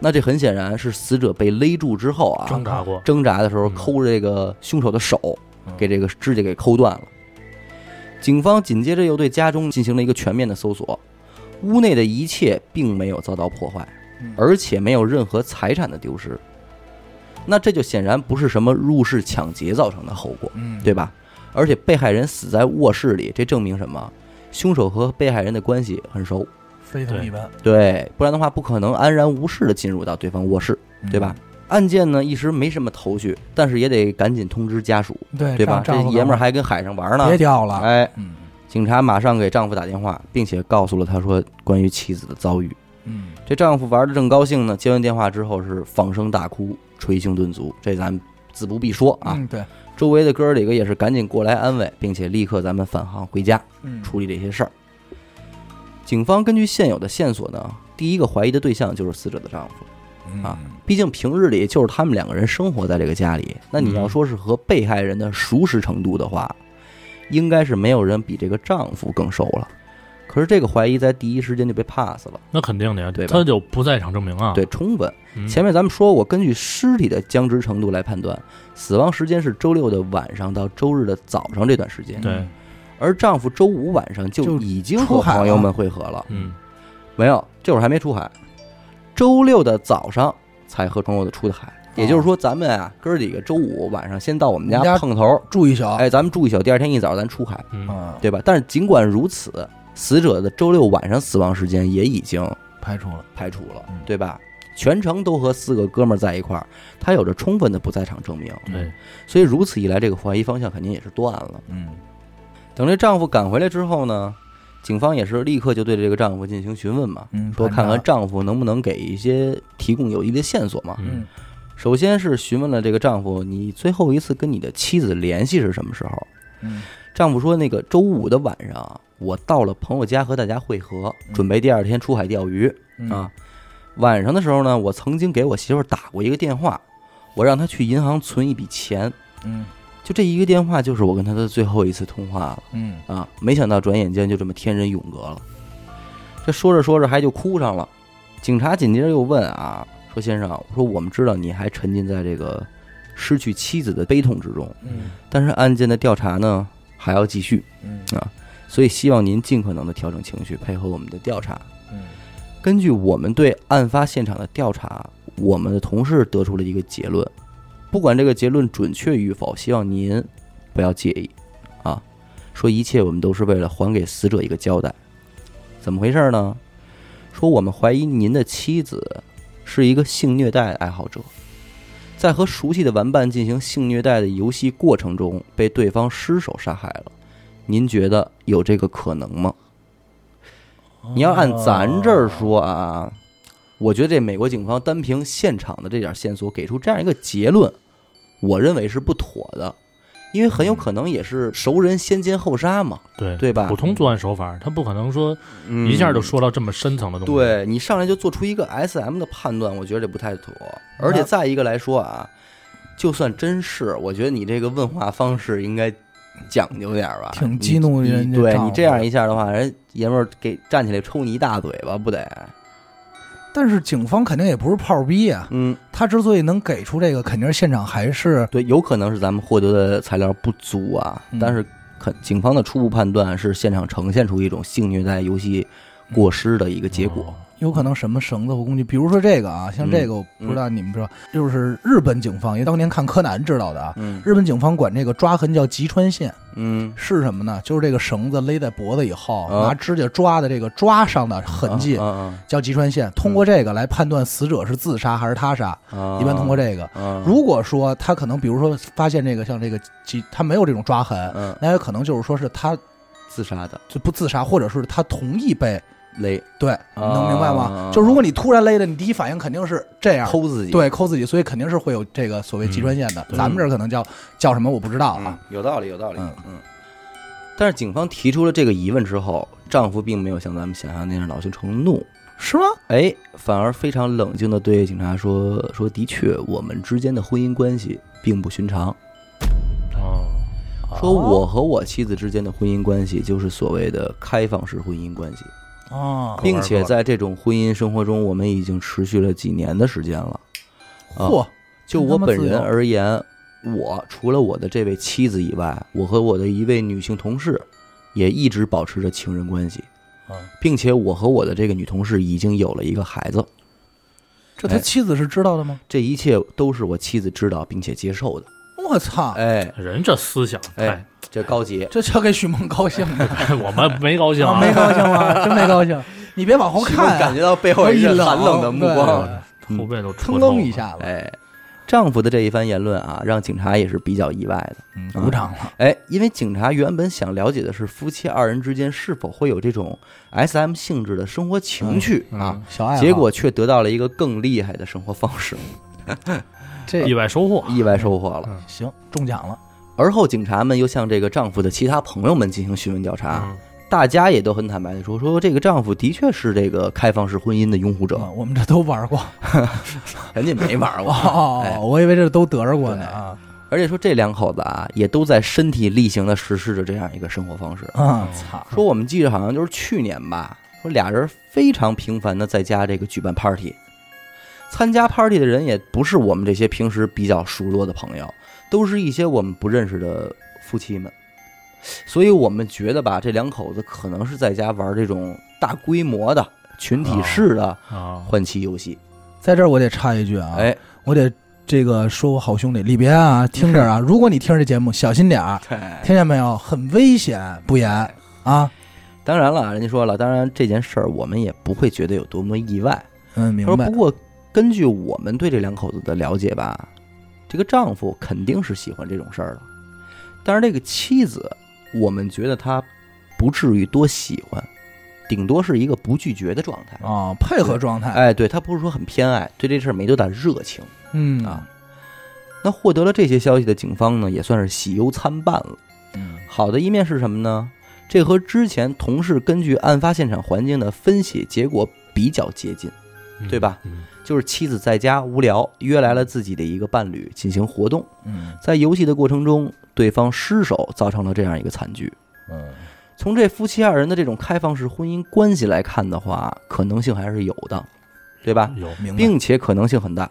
Speaker 1: 那这很显然是死者被勒住之后啊
Speaker 3: 挣扎过，
Speaker 1: 挣扎的时候
Speaker 3: 嗯
Speaker 1: 抠这个凶手的手，
Speaker 2: 嗯
Speaker 1: 给这个指甲给抠断了。警方紧接着又对家中进行了一个全面的搜索，屋内的一切并没有遭到破坏，
Speaker 2: 嗯
Speaker 1: 而且没有任何财产的丢失。那这就显然不是什么入室抢劫造成的后果，
Speaker 2: 嗯
Speaker 1: 对吧？而且被害人死在卧室里，这证明什么？凶手和被害人的关系很熟，
Speaker 2: 非同一般，
Speaker 1: 对，不然的话不可能安然无事的进入到对方卧室，对吧？？案件呢一时没什么头绪，但是也得赶紧通知家属，
Speaker 2: 嗯对
Speaker 1: 对吧？这爷们儿还跟海上玩呢
Speaker 2: 别。掉了，
Speaker 1: 哎，
Speaker 2: 嗯
Speaker 1: 警察马上给丈夫打电话，并且告诉了他说关于妻子的遭遇。
Speaker 2: 嗯
Speaker 1: 这丈夫玩的正高兴呢，接完电话之后是放声大哭，捶胸顿足，这咱自不必说啊。
Speaker 2: 嗯，对，
Speaker 1: 周围的哥儿几个也是赶紧过来安慰，并且立刻咱们返航回家。
Speaker 2: 嗯
Speaker 1: 处理这些事儿。警方根据现有的线索呢，第一个怀疑的对象就是死者的丈夫，
Speaker 2: 嗯
Speaker 1: 啊，毕竟平日里就是他们两个人生活在这个家里。那你要说是和被害人的熟识程度的话，应该是没有人比这个丈夫更熟了。可是这个怀疑在第一时间就被 pass 了，
Speaker 3: 那肯定的呀
Speaker 1: 对，吧
Speaker 3: 他有不在场证明啊。
Speaker 1: 对，充分。
Speaker 3: 嗯，
Speaker 1: 前面咱们说过，根据尸体的僵直程度来判断，死亡时间是周六的晚上到周日的早上这段时间，
Speaker 3: 对，
Speaker 1: 而丈夫周五晚上就
Speaker 2: 就
Speaker 1: 已经
Speaker 2: 出
Speaker 1: 和
Speaker 2: 海
Speaker 1: 朋友
Speaker 2: 了
Speaker 1: 们会合了。
Speaker 3: 嗯，
Speaker 1: 没有，这会儿还没出海，周六的早上才和朋友的出的海。也就是说，咱们啊，哥儿几个周五晚上先到我们
Speaker 2: 我们
Speaker 1: 家
Speaker 2: 家哦
Speaker 1: 碰头，
Speaker 2: 住一宿，
Speaker 1: 哎，咱们住一宿，第二天一早咱出海，
Speaker 3: 嗯，
Speaker 2: 嗯，
Speaker 1: 对吧？但是尽管如此，死者的周六晚上死亡时间也已经
Speaker 2: 排除了，
Speaker 1: 排除了
Speaker 2: 嗯，
Speaker 1: 对吧？全程都和四个哥们儿在一块儿，他有着充分的不在场证明，
Speaker 3: 对，
Speaker 1: 所以如此一来，这个怀疑方向肯定也是断了。
Speaker 2: 嗯
Speaker 1: 等这丈夫赶回来之后呢，警方也是立刻就对这个丈夫进行询问嘛，
Speaker 2: 嗯，
Speaker 1: 说看看
Speaker 2: 这，
Speaker 1: 丈夫能不能给一些提供有益的线索嘛。
Speaker 3: 嗯
Speaker 2: 嗯，
Speaker 1: 首先是询问了这个丈夫，你最后一次跟你的妻子联系是什么时候？
Speaker 2: 嗯
Speaker 1: 丈夫说那个周五的晚上，啊我到了朋友家和大家会合，准备第二天出海钓鱼
Speaker 2: 嗯
Speaker 1: 啊。晚上的时候呢，我曾经给我媳妇儿打过一个电话，我让她去银行存一笔钱，
Speaker 2: 嗯
Speaker 1: 就这一个电话就是我跟她的最后一次通话了。
Speaker 2: 嗯
Speaker 1: 啊，没想到转眼间就这么天人永隔了。这说着说着还就哭上了。警察紧接着又问啊，说先生，我说我们知道你还沉浸在这个失去妻子的悲痛之中，
Speaker 2: 嗯
Speaker 1: 但是案件的调查呢还要继续，
Speaker 2: 嗯
Speaker 1: 所以希望您尽可能的调整情绪，配合我们的调查。
Speaker 2: 嗯
Speaker 1: 根据我们对案发现场的调查，我们的同事得出了一个结论，不管这个结论准确与否，希望您不要介意啊。说一切我们都是为了还给死者一个交代，怎么回事呢？说我们怀疑您的妻子是一个性虐待爱好者，在和熟悉的玩伴进行性虐待的游戏过程中，被对方失手杀害了。您觉得有这个可能吗？
Speaker 3: 哦
Speaker 1: 你要按咱这
Speaker 2: 哦
Speaker 1: 儿说啊，我觉得这美国警方单凭现场的这点线索给出这样一个结论，我认为是不妥的，因为很有可能也是熟人先奸后杀嘛，
Speaker 3: 对，
Speaker 1: 对吧
Speaker 3: 普？通作案手法，他不可能说
Speaker 1: 嗯
Speaker 3: 一下就说到这么深层的东西。，
Speaker 1: 对你上来就做出一个 S M 的判断，我觉得这不太妥。而且再一个来说啊，就算真是，我觉得你这个问话方式应该讲究点儿吧，
Speaker 2: 挺
Speaker 1: 你
Speaker 2: 激怒
Speaker 1: 你
Speaker 2: 人家
Speaker 1: 对
Speaker 2: 丈
Speaker 1: 你
Speaker 2: 夫
Speaker 1: 这样一下的话，人爷们儿给站起来抽你一大嘴巴，不得？
Speaker 2: 但是警方肯定也不是炮逼啊，
Speaker 1: 嗯，
Speaker 2: 他之所以能给出这个，肯定是现场还是
Speaker 1: 对，有可能是咱们获得的材料不足啊，
Speaker 2: 嗯
Speaker 1: 但是肯警方的初步判断是现场呈现出一种性虐待游戏过失的一个结果。
Speaker 2: 有可能什么绳子或工具，比如说这个
Speaker 1: 嗯
Speaker 2: 啊，像这个我不知道你们知道，就是日本警方，也当年看柯南知道的啊。
Speaker 1: 嗯
Speaker 2: 日本警方管这个抓痕叫吉川线，
Speaker 1: 嗯，
Speaker 2: 是什么呢？就是这个绳子勒在脖子以后，
Speaker 1: 啊
Speaker 2: 拿指甲抓的这个抓上的痕迹
Speaker 1: 啊啊
Speaker 2: 叫吉川线。通过这个来判断死者是自杀还是他杀，
Speaker 1: 啊啊
Speaker 2: 一般通过这个。
Speaker 1: 啊，
Speaker 2: 如果说他可能，比如说发现这个像这个吉，他没有这种抓痕，
Speaker 1: 嗯
Speaker 2: 那有可能就是说是他
Speaker 1: 自杀的
Speaker 2: 就不自杀，或者是他同意被
Speaker 1: 勒
Speaker 2: 对，能明白吗？
Speaker 1: 啊
Speaker 2: 就如果你突然勒的，你第一反应肯定是这样，
Speaker 1: 抠自己，啊
Speaker 2: 对，抠自己，所以肯定是会有这个所谓脊川线的。
Speaker 3: 对
Speaker 2: 咱们这儿可能叫叫什么我不知道
Speaker 1: 嗯
Speaker 2: 啊。，
Speaker 1: 有道理有道理，
Speaker 2: 嗯
Speaker 1: 嗯。但是警方提出了这个疑问之后，丈夫并没有像咱们想象那样恼羞成怒，
Speaker 2: 是吗？
Speaker 1: 哎，反而非常冷静的对警察说：“说的确，我们之间的婚姻关系并不寻常。
Speaker 3: 哦，
Speaker 1: 说我和我妻子之间的婚姻关系就是所谓的开放式婚姻关系，
Speaker 2: 哦，
Speaker 1: 并且在这种婚姻生活中，我们已经持续了几年的时间了。啊
Speaker 2: 嚯，
Speaker 1: 就我本
Speaker 2: 真他
Speaker 1: 人
Speaker 2: 妈自由
Speaker 1: 而言，我除了我的这位妻子以外，我和我的一位女性同事也一直保持着情人关系
Speaker 3: 嗯，
Speaker 2: 啊
Speaker 1: 并且我和我的这个女同事已经有了一个孩子。
Speaker 2: 这他
Speaker 1: 哎
Speaker 2: 妻子是知道的吗？
Speaker 1: 这一切都是我妻子知道并且接受的。
Speaker 2: 我操，
Speaker 1: 哎，
Speaker 3: 人这思想太
Speaker 1: 哎，这高级。
Speaker 2: 这这给许梦高兴 的，
Speaker 3: 我们没高兴
Speaker 2: 啊
Speaker 3: 啊，
Speaker 2: 没高兴 吗？真没高兴。你别往后看
Speaker 1: 感
Speaker 2: 啊
Speaker 1: 觉，到背后
Speaker 2: 我
Speaker 1: 一
Speaker 2: 一
Speaker 1: 阵
Speaker 2: 冷
Speaker 1: 寒冷的目光。
Speaker 2: 对
Speaker 3: 后背都
Speaker 2: 腾
Speaker 3: 戳痛
Speaker 2: 楞一，下子，
Speaker 1: 哎，丈夫的这一番言论啊，让警察也是比较意外的。
Speaker 2: 嗯
Speaker 1: 啊
Speaker 2: 鼓掌了。
Speaker 1: 哎，因为警察原本想了解的是夫妻二人之间是否会有这种 S M 性质的生活情趣
Speaker 3: 嗯
Speaker 1: 啊，
Speaker 2: 小爱好，
Speaker 1: 结果却得到了一个更厉害的生活方式，
Speaker 2: 这
Speaker 3: 意外收获。
Speaker 1: 意外收获了。
Speaker 3: 嗯
Speaker 2: 行中奖了，
Speaker 1: 而后，警察们又向这个丈夫的其他朋友们进行询问调查，
Speaker 3: 嗯，
Speaker 1: 大家也都很坦白的说，说这个丈夫的确是这个开放式婚姻的拥护者，
Speaker 2: 啊我们这都玩过。
Speaker 3: 嗯
Speaker 1: 人家没玩
Speaker 2: 哦
Speaker 1: 过。
Speaker 2: 哦，
Speaker 1: 哎
Speaker 2: 哦我以为这都得着过呢啊
Speaker 1: 而且说这两口子啊，也都在身体力行的实施着这样一个生活方式。
Speaker 2: 啊！操，
Speaker 1: 说我们记着好像就是去年吧，说俩人非常频繁的在家这个举办 party，参加 party 的人也不是我们这些平时比较熟络的朋友，都是一些我们不认识的夫妻们。所以我们觉得吧，这两口子可能是在家玩这种大规模的群体式的
Speaker 3: 啊，
Speaker 1: 换妻游戏。
Speaker 2: 在这儿我得插一句啊，
Speaker 1: 哎，
Speaker 2: 我得这个说我好兄弟里边啊，听着 啊，如果你听着这节目，小心点儿，
Speaker 1: 哎
Speaker 2: 听见没有？很危险，不言啊。
Speaker 1: 当然了，人家说了，当然这件事儿我们也不会觉得有多么意外。
Speaker 2: 嗯，明
Speaker 1: 他说：“
Speaker 2: 白
Speaker 1: 不。过根据我们对这两口子的了解吧，这个丈夫肯定是喜欢这种事儿的，但是这个妻子，我们觉得她不至于多喜欢，顶多是一个不拒绝的状态。
Speaker 2: 啊，配合状态，
Speaker 1: 哎，对她不是说很偏爱，对这事儿没多大热情
Speaker 2: 嗯
Speaker 1: 啊，。那获得了这些消息的警方呢，也算是喜忧参半了。
Speaker 2: 嗯
Speaker 1: 好的一面是什么呢？这和之前同事根据案发现场环境的分析结果比较接近。”
Speaker 3: 嗯
Speaker 1: 对吧？
Speaker 3: 嗯
Speaker 1: 就是妻子在家无聊，约来了自己的一个伴侣进行活动。
Speaker 2: 嗯
Speaker 1: 在游戏的过程中，对方失手，造成了这样一个惨剧。
Speaker 2: 嗯，
Speaker 1: 从这夫妻二人的这种开放式婚姻关系来看的话，可能性还是有的，对吧？
Speaker 3: 有
Speaker 2: 明白。
Speaker 1: 并且可能性很大。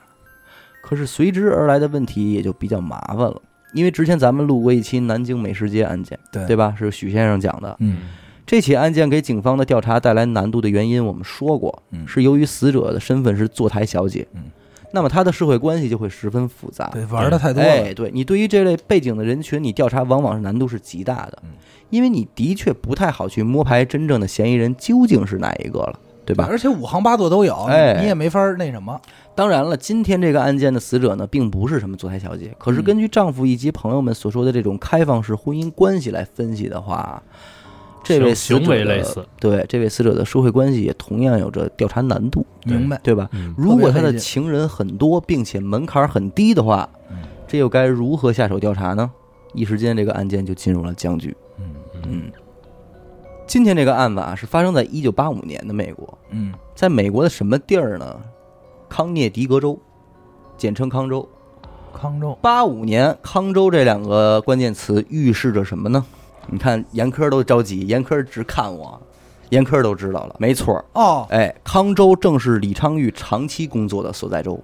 Speaker 1: 可是随之而来的问题也就比较麻烦了，因为之前咱们录过一期南京美食街案件，
Speaker 2: 对
Speaker 1: 对吧？是许先生讲的。
Speaker 2: 嗯
Speaker 1: 这起案件给警方的调查带来难度的原因，我们说过，
Speaker 2: 嗯，
Speaker 1: 是由于死者的身份是坐台小姐，
Speaker 2: 嗯，
Speaker 1: 那么她的社会关系就会十分复杂。
Speaker 2: 对，玩的太多了
Speaker 1: 哎，，对你对于这类背景的人群，你调查往往是难度是极大的
Speaker 2: 嗯，
Speaker 1: 因为你的确不太好去摸排真正的嫌疑人究竟是哪一个了，对吧？
Speaker 2: 而且五行八作都有，
Speaker 1: 哎
Speaker 2: 你也没法儿那什么。
Speaker 1: 当然了，今天这个案件的死者呢，并不是什么坐台小姐，可是
Speaker 2: 嗯
Speaker 1: 根据丈夫以及朋友们所说的这种开放式婚姻关系来分析的话，这位死
Speaker 3: 行
Speaker 1: 者
Speaker 3: 行为类
Speaker 1: 的
Speaker 3: 似，
Speaker 1: 对这位死者的社会关系也同样有着调查难度，
Speaker 3: 对
Speaker 2: 明白，
Speaker 1: 对吧？
Speaker 3: 嗯，
Speaker 1: 如果他
Speaker 2: 特别
Speaker 1: 的
Speaker 2: 费劲
Speaker 1: 情人很多，并且门槛很低的话
Speaker 2: 嗯，
Speaker 1: 这又该如何下手调查呢？一时间，这个案件就进入了僵局。
Speaker 2: 嗯
Speaker 1: 嗯，今天这个案子啊，是发生在一九八五年的美国，
Speaker 2: 嗯，
Speaker 1: 在美国的什么地儿呢？康涅狄格州，简称康州，
Speaker 2: 康州，
Speaker 1: 八五年康州这两个关键词预示着什么呢？你看严科都着急，严科直看我，严科都知道了，没错儿。
Speaker 2: 哦，
Speaker 1: 哎，康州正是李昌钰长期工作的所在州，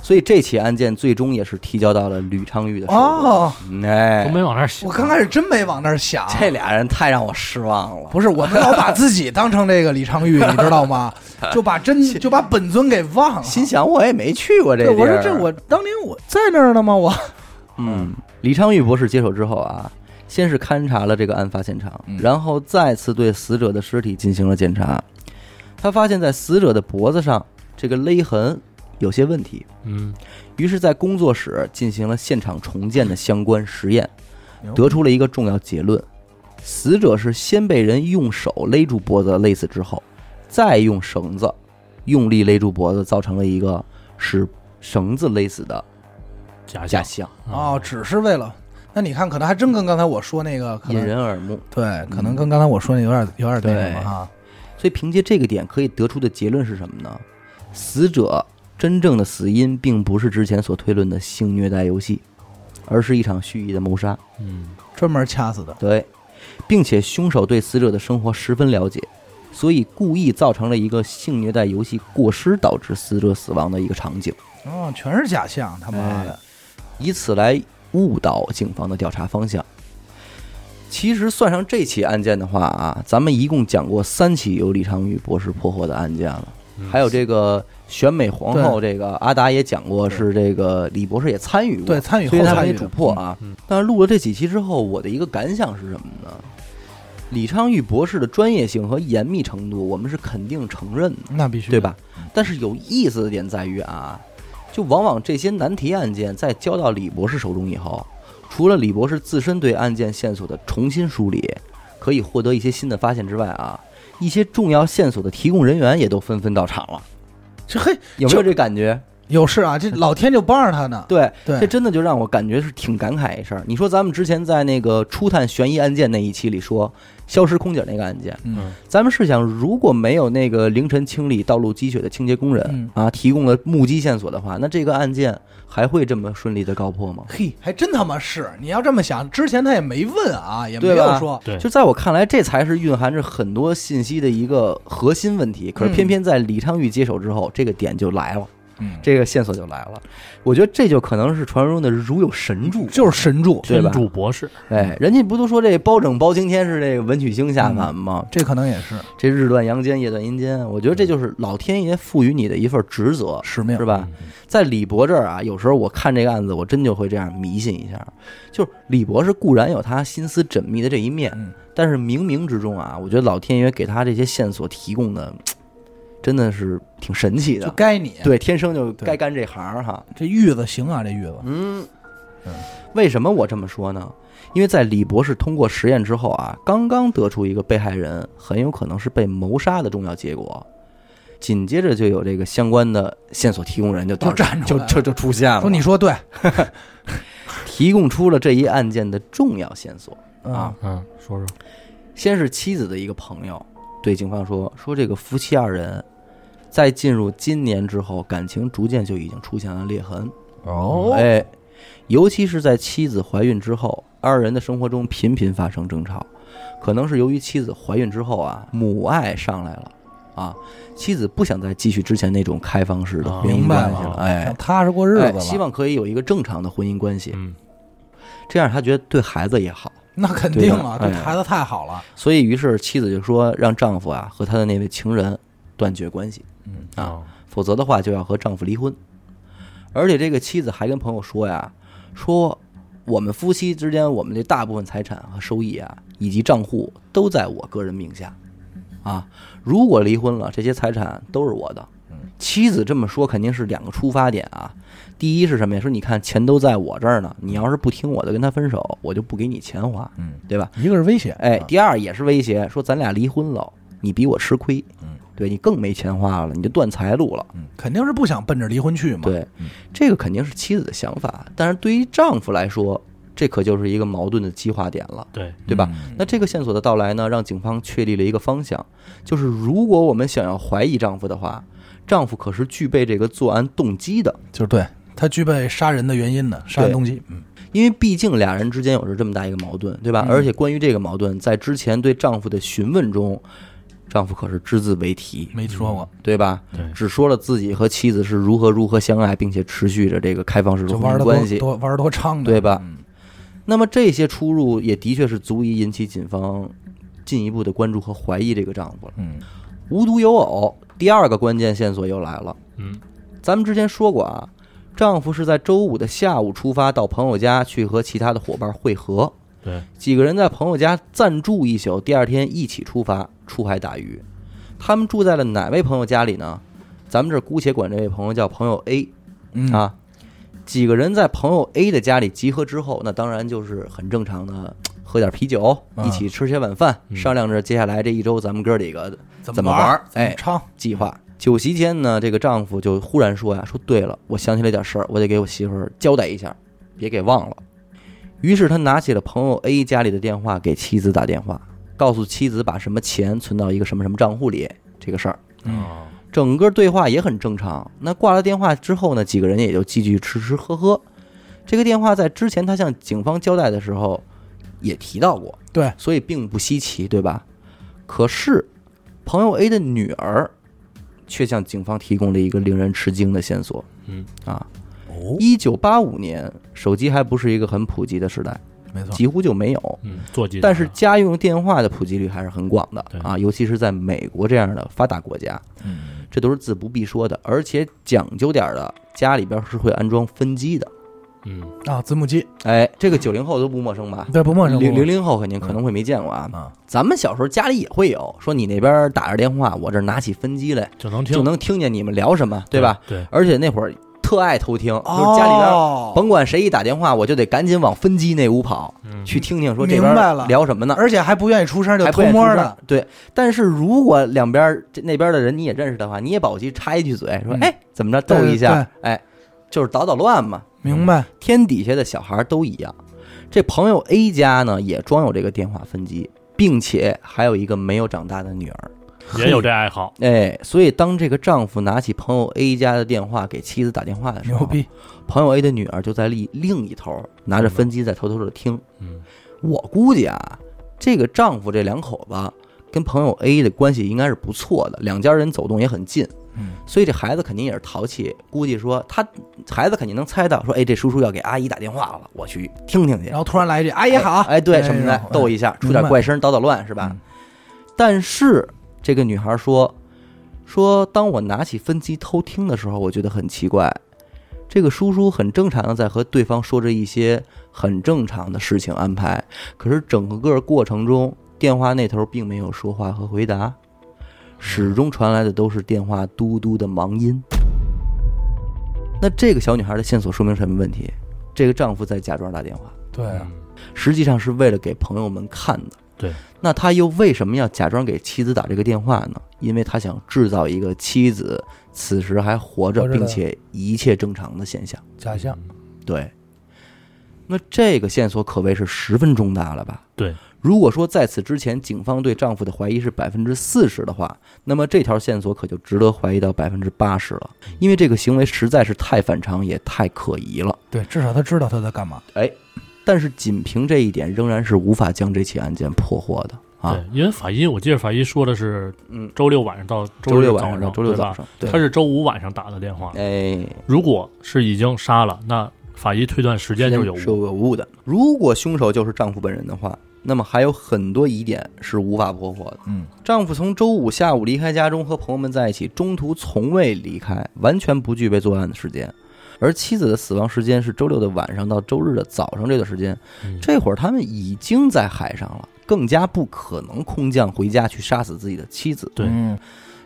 Speaker 1: 所以这起案件最终也是提交到了李昌钰的手中。
Speaker 2: 哦，
Speaker 1: 嗯，哎，
Speaker 3: 都没往那儿想。
Speaker 2: 我刚开始真没往那儿想，啊
Speaker 1: 这俩人太让我失望了。
Speaker 2: 不是我们老把自己当成这个李 昌钰，你知道吗？就把真就把本尊给忘了。
Speaker 1: 心想我也没去过这地
Speaker 2: 对，
Speaker 1: 儿，啊
Speaker 2: 我说这我当年我在那儿呢吗？我
Speaker 1: 嗯，李昌钰博士接手之后啊，先是勘察了这个案发现场，
Speaker 2: 嗯
Speaker 1: 然后再次对死者的尸体进行了检查。他发现，在死者的脖子上这个勒痕有些问题，
Speaker 3: 嗯，
Speaker 1: 于是，在工作室进行了现场重建的相关实验，得出了一个重要结论：死者是先被人用手勒住脖子勒死之后，再用绳子用力勒住脖子，造成了一个使绳子勒死的
Speaker 3: 假
Speaker 1: 假
Speaker 3: 象
Speaker 1: 象，
Speaker 2: 哦，只是为了那你看，可能还真跟刚才我说那个可
Speaker 1: 引
Speaker 2: 能
Speaker 1: 人嗯耳目。
Speaker 2: 对，可能跟刚才我说那有点有点那什么啊。
Speaker 1: 所以凭借这个点可以得出的结论是什么呢？死者真正的死因并不是之前所推论的性虐待游戏，而是一场蓄意的谋杀。
Speaker 3: 嗯
Speaker 2: 专门掐死的，
Speaker 1: 对，并且凶手对死者的生活十分了解，所以故意造成了一个性虐待游戏过失导致死者死亡的一个场景，
Speaker 2: 哦，全是假象，他妈的！
Speaker 1: 哎以此来误导警方的调查方向。其实算上这起案件的话啊，咱们一共讲过三起由李昌钰博士破获的案件了。还有这个选美皇后，这个阿达也讲过，是这个李博士也参与过，
Speaker 2: 对参与
Speaker 1: 所以
Speaker 2: 后
Speaker 1: 他
Speaker 2: 参
Speaker 1: 没
Speaker 2: 与的
Speaker 1: 主破啊
Speaker 3: 嗯嗯。
Speaker 1: 但是录了这几期之后，我的一个感想是什么呢？李昌钰博士的专业性和严密程度，我们是肯定承认的，
Speaker 2: 那必须的
Speaker 1: 对？吧？但是有意思的点在于啊，就往往这些难题案件在交到李博士手中以后，除了李博士自身对案件线索的重新梳理，可以获得一些新的发现之外啊，一些重要线索的提供人员也都纷纷到场了。
Speaker 2: 这嘿，
Speaker 1: 有没有这感觉？
Speaker 2: 有事啊，这老天就帮着他呢。
Speaker 1: 对，
Speaker 2: 对
Speaker 1: 这真的就让我感觉是挺感慨一事儿。你说咱们之前在那个初探悬疑案件那一期里说消失空姐那个案件，
Speaker 2: 嗯，
Speaker 1: 咱们试想，如果没有那个凌晨清理道路积雪的清洁工人、
Speaker 2: 嗯
Speaker 1: 啊提供了目击线索的话，那这个案件还会这么顺利的告破吗？
Speaker 2: 嘿，还真他妈是！你要这么想，之前他也没问啊，也没
Speaker 1: 对吧
Speaker 2: 有说，
Speaker 3: 对
Speaker 1: 就在我看来，这才是蕴含着很多信息的一个核心问题。可是偏偏在李昌钰接手之后，这个点就来了，
Speaker 2: 嗯，
Speaker 1: 这个线索就来了。我觉得这就可能是传说中的如有神助。
Speaker 2: 就是神助，
Speaker 1: 对吧
Speaker 3: 天助博士，
Speaker 1: 哎，人家不都说这包拯、包青天是这个文曲星下凡吗？
Speaker 2: 这可能也是
Speaker 1: 这日断阳间，夜断阴间，我觉
Speaker 2: 嗯
Speaker 1: 得这就是老天爷赋予你的一份职责，
Speaker 2: 使命
Speaker 1: 是吧？
Speaker 2: 嗯
Speaker 1: 在李博这儿啊，有时候我看这个案子，我真就会这样迷信一下。就是李博是固然有他心思缜密的这一面，
Speaker 2: 嗯
Speaker 1: 但是冥冥之中啊，我觉得老天爷给他这些线索提供的，嘖真的是挺神奇
Speaker 2: 就
Speaker 1: 的。
Speaker 2: 该你。，啊
Speaker 1: 对，天生就该干这行儿哈。
Speaker 2: 这玉子行啊，这玉子，
Speaker 1: 嗯
Speaker 2: 嗯，
Speaker 1: 为什么我这么说呢？因为在李博士通过实验之后啊，刚刚得出一个被害人很有可能是被谋杀的重要结果，紧接着就有这个相关的线索提供人就到
Speaker 2: 就站出
Speaker 1: 就
Speaker 2: 来了
Speaker 1: 就就出现了，
Speaker 2: 说你说对
Speaker 1: 提供出了这一案件的重要线索。啊，
Speaker 3: 嗯，说说，
Speaker 1: 先是妻子的一个朋友对警方说，说这个夫妻二人在进入今年之后，感情逐渐就已经出现了裂痕。
Speaker 2: 哦
Speaker 1: 哎，尤其是在妻子怀孕之后，二人的生活中频频发生争吵，可能是由于妻子怀孕之后啊，母爱上来了啊，妻子不想再继续之前那种开放式的
Speaker 3: 啊
Speaker 1: 婚姻
Speaker 2: 哦明白
Speaker 1: 关
Speaker 2: 了
Speaker 1: 系了，哎，
Speaker 2: 踏实过日
Speaker 1: 哎
Speaker 2: 子吧。
Speaker 1: 希望可以有一个正常的婚姻关系，
Speaker 3: 嗯
Speaker 1: 这样他觉得对孩子也好。
Speaker 2: 那肯定啊，
Speaker 1: 对
Speaker 2: 这
Speaker 1: 吧哎
Speaker 2: 孩子太好了。
Speaker 1: 所以，于是妻子就说让丈夫啊和他的那位情人断绝关系，啊
Speaker 3: 啊，
Speaker 1: 否则的话就要和丈夫离婚。而且这个妻子还跟朋友说呀，说我们夫妻之间我们这大部分财产和收益啊，以及账户都在我个人名下，啊，如果离婚了，这些财产都是我的。
Speaker 2: 嗯
Speaker 1: 妻子这么说肯定是两个出发点啊，第一是什么呀？说你看钱都在我这儿呢，你要是不听我的跟他分手，我就不给你钱花，
Speaker 2: 嗯，
Speaker 1: 对吧？
Speaker 2: 一个是危险，
Speaker 1: 哎，
Speaker 2: 啊
Speaker 1: 第二也是威胁，说咱俩离婚了，你比我吃亏，
Speaker 2: 嗯，
Speaker 1: 对你更没钱花了，你就断财路了。
Speaker 2: 嗯肯定是不想奔着离婚去嘛。，
Speaker 1: 对
Speaker 2: 嗯，
Speaker 1: 这个肯定是妻子的想法，但是对于丈夫来说，这可就是一个矛盾的激化点了。
Speaker 3: 对，
Speaker 1: 对吧
Speaker 2: 嗯
Speaker 1: 那这个线索的到来呢，让警方确立了一个方向，就是如果我们想要怀疑丈夫的话，丈夫可是具备这个作案动机的。
Speaker 2: 就是对他具备杀人的原因呢，杀人动机。嗯，
Speaker 1: 因为毕竟俩人之间有着这么大一个矛盾，对吧？
Speaker 2: 嗯
Speaker 1: 而且关于这个矛盾，在之前对丈夫的询问中，丈夫可是只字未提，
Speaker 2: 没说过，
Speaker 1: 对吧？
Speaker 3: 对，
Speaker 1: 只说了自己和妻子是如何如何相爱，并且持续着这个开放式的
Speaker 2: 就
Speaker 1: 嗯婚
Speaker 2: 玩
Speaker 1: 姻
Speaker 2: 的
Speaker 1: 关
Speaker 2: 多
Speaker 1: 系。
Speaker 2: 多玩的多猖的，
Speaker 1: 对吧
Speaker 2: 嗯？
Speaker 1: 那么这些出入也的确是足以引起警方进一步的关注和怀疑这个丈夫了。
Speaker 2: 嗯，
Speaker 1: 无独有偶，第二个关键线索又来了。
Speaker 3: 嗯
Speaker 1: 咱们之前说过啊，丈夫是在周五的下午出发到朋友家去和其他的伙伴会合，
Speaker 3: 对，
Speaker 1: 几个人在朋友家暂住一宿，第二天一起出发出海打鱼。他们住在了哪位朋友家里呢？咱们这儿姑且管这位朋友叫朋友 A
Speaker 2: 嗯，
Speaker 1: 啊。几个人在朋友 A 的家里集合之后，那当然就是很正常的，喝点啤酒，
Speaker 2: 啊
Speaker 1: 一起吃些晚饭，
Speaker 3: 嗯
Speaker 1: 商量着接下来这一周咱们哥几个
Speaker 2: 怎
Speaker 1: 怎么
Speaker 2: 么
Speaker 1: 玩儿
Speaker 2: 儿？嗯
Speaker 1: 哎
Speaker 2: 怎么猖，
Speaker 1: 计划。酒席间呢，这个丈夫就忽然说呀：“说对了，我想起来点事儿，我得给我媳妇儿交代一下，别给忘了。”于是他拿起了朋友 A 家里的电话给妻子打电话，告诉妻子把什么钱存到一个什么什么账户里这个事儿。
Speaker 2: 嗯
Speaker 3: 哦，
Speaker 1: 整个对话也很正常。那挂了电话之后呢，几个人也就继续吃吃喝喝。这个电话在之前他向警方交代的时候也提到过，
Speaker 2: 对，
Speaker 1: 所以并不稀奇，对吧？可是朋友 A 的女儿却向警方提供了一个令人吃惊的线索
Speaker 3: 嗯
Speaker 1: 啊！
Speaker 2: 哦，
Speaker 1: 一九八五年，手机还不是一个很普及的时代，
Speaker 2: 没错，
Speaker 1: 几乎就没有。
Speaker 3: 嗯，坐骑，
Speaker 1: 但是家用电话的普及率还是很广的
Speaker 3: 对
Speaker 1: 啊，尤其是在美国这样的发达国家，
Speaker 2: 嗯，
Speaker 1: 这都是自不必说的。而且讲究点儿的，家里边儿是会安装分机的。
Speaker 3: 嗯，
Speaker 2: 啊，字幕机，
Speaker 1: 哎，这个九零后都不陌生吧？
Speaker 2: 对，不陌生，不
Speaker 1: 零
Speaker 2: 陌
Speaker 1: 零
Speaker 2: 生
Speaker 1: 零后肯定可能会没见过啊。
Speaker 2: 啊，
Speaker 1: 咱们小时候家里也会有，说你那边儿打着电话，我这儿拿起分机来，
Speaker 3: 就
Speaker 2: 啊
Speaker 3: 能听，
Speaker 1: 就能听见你们聊什么，对吧？？
Speaker 3: 对，
Speaker 1: 而且那会儿特爱偷听，就是家里边儿
Speaker 2: 哦
Speaker 1: 甭管谁一打电话，我就得赶紧往分机那屋跑，
Speaker 3: 嗯，
Speaker 1: 去听听说这边
Speaker 2: 明白
Speaker 1: 儿
Speaker 2: 了
Speaker 1: 聊什么呢。
Speaker 2: 而且还不愿意出声，就
Speaker 1: 还不
Speaker 2: 偷
Speaker 1: 愿意
Speaker 2: 摸
Speaker 1: 出声
Speaker 2: 的
Speaker 1: 儿。对，但是如果两边儿这那边儿的人你也认识的话，你也保不齐插一句嘴，说
Speaker 2: 嗯
Speaker 1: 哎怎么着逗一
Speaker 2: 对
Speaker 1: 下，哎，就是捣捣乱嘛。
Speaker 2: 明白？
Speaker 1: 天底下的小孩儿都一样。这朋友 A 家呢也装有这个电话分机，并且还有一个没有长大的女儿。
Speaker 3: 也有这爱好，
Speaker 1: 哎，所以当这个丈夫拿起朋友 A 家的电话给妻子打电话的时
Speaker 2: 牛
Speaker 1: 候，
Speaker 2: 逼！
Speaker 1: 朋友 A 的女儿就在另另一头拿着分机在偷偷的听。
Speaker 3: 嗯，
Speaker 1: 我估计啊，这个丈夫这两口子跟朋友 A 的关系应该是不错的，两家人走动也很近，
Speaker 2: 嗯，
Speaker 1: 所以这孩子肯定也是淘气。估计说他孩子肯定能猜到，说哎，这叔叔要给阿姨打电话了，我去听听去
Speaker 2: 然。后突然来一句：“阿姨好。”啊
Speaker 1: 哎，对什么
Speaker 2: 然
Speaker 1: 的
Speaker 2: 后，
Speaker 1: 逗一下，出
Speaker 2: 哎明
Speaker 1: 点
Speaker 2: 白嗯
Speaker 1: 怪声，捣捣乱是吧？但是这个女孩说，说当我拿起分机偷听的时候，我觉得很奇怪。这个叔叔很正常的在和对方说着一些很正常的事情安排，可是整个过程中，电话那头并没有说话和回答，始终传来的都是电话嘟嘟的忙音。那这个小女孩的线索说明什么问题？这个丈夫在假装打电话。
Speaker 2: 对啊，
Speaker 3: 嗯
Speaker 1: 实际上是为了给朋友们看的。
Speaker 3: 对，
Speaker 1: 那他又为什么要假装给妻子打这个电话呢？因为他想制造一个妻子此时还活着
Speaker 2: 活着的
Speaker 1: 并且一切正常的现象。
Speaker 2: 假象，
Speaker 3: 嗯
Speaker 1: 对，那这个线索可谓是十分重大了吧？
Speaker 3: 对，
Speaker 1: 如果说在此之前警方对丈夫的怀疑是百分之四十的话，那么这条线索可就值得怀疑到百分之八十了，因为这个行为实在是太反常也太可疑了。
Speaker 2: 对，至少他知道他在干嘛。
Speaker 1: 但是仅凭这一点，仍然是无法将这起案件破获的啊。
Speaker 3: 对，因为法医，我记得法医说的是
Speaker 1: 嗯，
Speaker 3: 周六晚上到
Speaker 1: 周
Speaker 3: 日
Speaker 1: 六晚
Speaker 3: 早
Speaker 1: 上
Speaker 3: 上，
Speaker 1: 到周六
Speaker 3: 对吧
Speaker 1: 早上，对
Speaker 3: 他是周五晚上打的电话。
Speaker 1: 哎，
Speaker 3: 如果是已经杀了，那法医推断时间就是有
Speaker 1: 是
Speaker 3: 误。
Speaker 1: 有误的。如果凶手就是丈夫本人的话，那么还有很多疑点是无法破获的。
Speaker 2: 嗯，
Speaker 1: 丈夫从周五下午离开家中和朋友们在一起，中途从未离开，完全不具备作案的时间。而妻子的死亡时间是周六的晚上到周日的早上这段时间，
Speaker 3: 嗯
Speaker 1: 这会儿他们已经在海上了，更加不可能空降回家去杀死自己的妻子。
Speaker 3: 对
Speaker 2: 嗯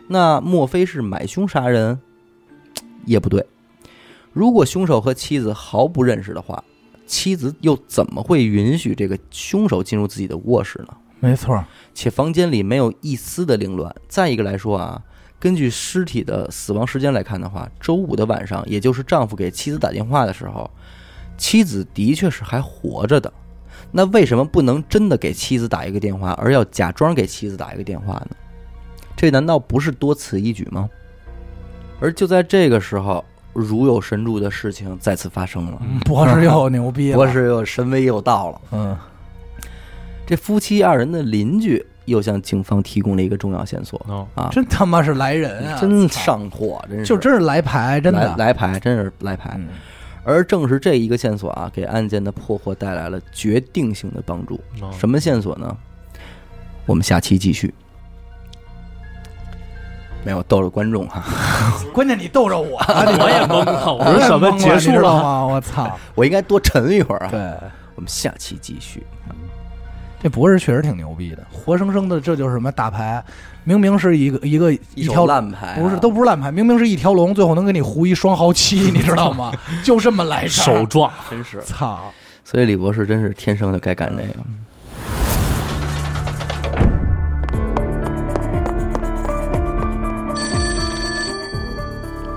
Speaker 1: 那莫非是买凶杀人？也不对。如果凶手和妻子毫不认识的话，妻子又怎么会允许这个凶手进入自己的卧室呢？
Speaker 2: 没错儿。
Speaker 1: 且房间里没有一丝的凌乱。再一个来说啊，根据尸体的死亡时间来看的话，周五的晚上，也就是丈夫给妻子打电话的时候，妻子的确是还活着的。那为什么不能真的给妻子打一个电话，而要假装给妻子打一个电话呢？这难道不是多此一举吗？而就在这个时候，如有神助的事情再次发生了，
Speaker 3: 嗯
Speaker 2: 博士又牛逼 了，
Speaker 1: 博士又神威又到了。
Speaker 2: 嗯
Speaker 1: 这夫妻二人的邻居又向警方提供了一个重要线索
Speaker 3: 哦，
Speaker 1: 啊，
Speaker 2: 真他妈是来人啊！
Speaker 1: 真
Speaker 2: 操
Speaker 1: 上货，真是
Speaker 2: 就真是来牌，真
Speaker 1: 来
Speaker 2: 的。啊
Speaker 1: 来牌，真是来牌。
Speaker 2: 嗯
Speaker 1: 而正是这一个线索啊，给案件的破获带来了决定性的帮助。
Speaker 3: 哦
Speaker 2: 嗯
Speaker 1: 什么线索呢？我们下期继续。没有逗着观众啊哈，
Speaker 2: 关键你逗着我，
Speaker 1: 啊
Speaker 3: 我也懵了，我
Speaker 2: 我
Speaker 3: 说
Speaker 2: 也
Speaker 3: 什么
Speaker 2: 懵
Speaker 3: 结 束
Speaker 2: 你知道
Speaker 3: 了？
Speaker 2: 吗？我操！
Speaker 1: 我应该多沉一会儿啊。
Speaker 2: 对，
Speaker 1: 我们下期继续。
Speaker 2: 这博士确实挺牛逼的，活生生的，这就是什么打牌，明明是一个一个
Speaker 1: 一
Speaker 2: 条
Speaker 1: 手烂牌啊、
Speaker 2: 不是，都不是烂牌，明明是一条龙，最后能给你胡一双 豪七，你知道吗？就这么来事儿
Speaker 3: 手撞，
Speaker 1: 真是。
Speaker 2: 操！
Speaker 1: 所以李博士真是天生就该干这个。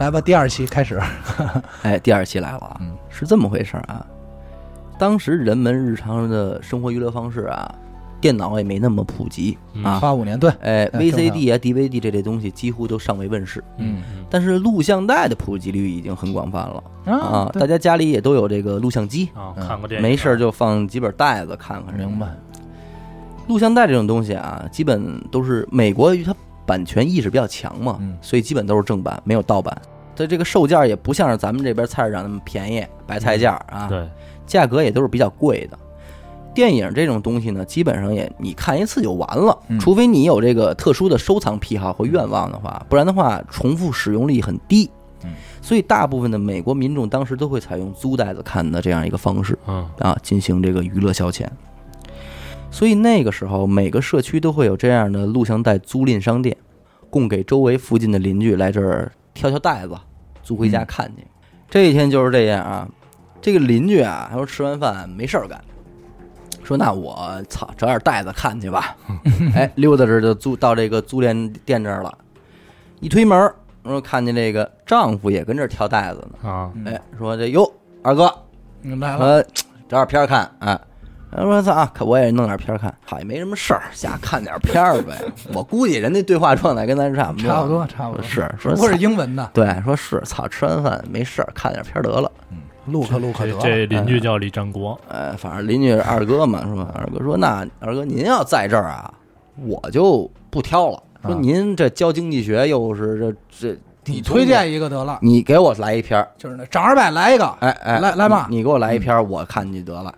Speaker 2: 来吧，第二期开始。
Speaker 1: 哎，第二期来了啊，
Speaker 2: 嗯
Speaker 1: 是这么回事儿啊。当时人们日常的生活娱乐方式啊，电脑也没那么普及啊，
Speaker 2: 八五年，对，
Speaker 1: 哎
Speaker 2: 嗯正常
Speaker 1: ，VCD 啊、DVD 这类东西几乎都尚未问世。
Speaker 2: 嗯
Speaker 1: 但是录像带的普及率已经很广泛了啊，
Speaker 2: 嗯对
Speaker 1: 大家家里也都有这个录像机，
Speaker 3: 啊，看过电
Speaker 1: 嗯
Speaker 3: 影，
Speaker 1: 没事儿就放几本带子看看。
Speaker 2: 明白。
Speaker 1: 录像带这种东西啊，基本都是美国它版权意识比较强嘛，
Speaker 2: 嗯
Speaker 1: 所以基本都是正版，没有盗版。它这个售价也不像是咱们这边菜市场那么便宜，白
Speaker 2: 嗯
Speaker 1: 菜价啊，
Speaker 3: 对，
Speaker 1: 价格也都是比较贵的。电影这种东西呢，基本上也你看一次就完了，
Speaker 2: 嗯
Speaker 1: 除非你有这个特殊的收藏癖好和愿望的话，不然的话重复使用率很低
Speaker 2: 嗯。
Speaker 1: 所以大部分的美国民众当时都会采用租带子看的这样一个方式。
Speaker 3: 嗯
Speaker 1: 啊，进行这个娱乐消遣。所以那个时候，每个社区都会有这样的录像带租赁商店，供给周围附近的邻居来这儿挑挑带子，租回家看去。这一天就是这样啊，这个邻居啊，他说吃完饭没事儿干，说那我操找点带子看去吧。哎，溜达着就租到这个租赁店这儿了，一推门儿，然后看见这个丈夫也跟这儿挑带子呢。
Speaker 3: 啊，
Speaker 1: 哎，说这哟二哥，
Speaker 2: 嗯来了，
Speaker 1: 呃，找点片儿看啊。他说：“操、啊，可我也弄点片儿看，好也没什么事儿，瞎看点片儿呗。我估计人家对话状态跟咱差不多，
Speaker 2: 差不多，差不多。
Speaker 1: 呃是说
Speaker 2: 不过是
Speaker 1: 操
Speaker 2: 英文的，
Speaker 1: 对，说是操，吃完饭没事儿看点片儿得了。
Speaker 2: 陆克陆克
Speaker 3: 这
Speaker 2: 德，
Speaker 3: 这邻居叫李占国，
Speaker 1: 呃，反正邻居是二哥嘛，是吧？二哥说：那二哥您要在这儿啊，我就不挑了。说
Speaker 2: 啊
Speaker 1: 您这教经济学又是这这，
Speaker 2: 你推，荐一个得了，
Speaker 1: 你给我来一片儿，
Speaker 2: 就是那涨二百来一个，
Speaker 1: 哎哎，
Speaker 2: 来来吧
Speaker 1: 你你给我来一篇儿，我看去得了。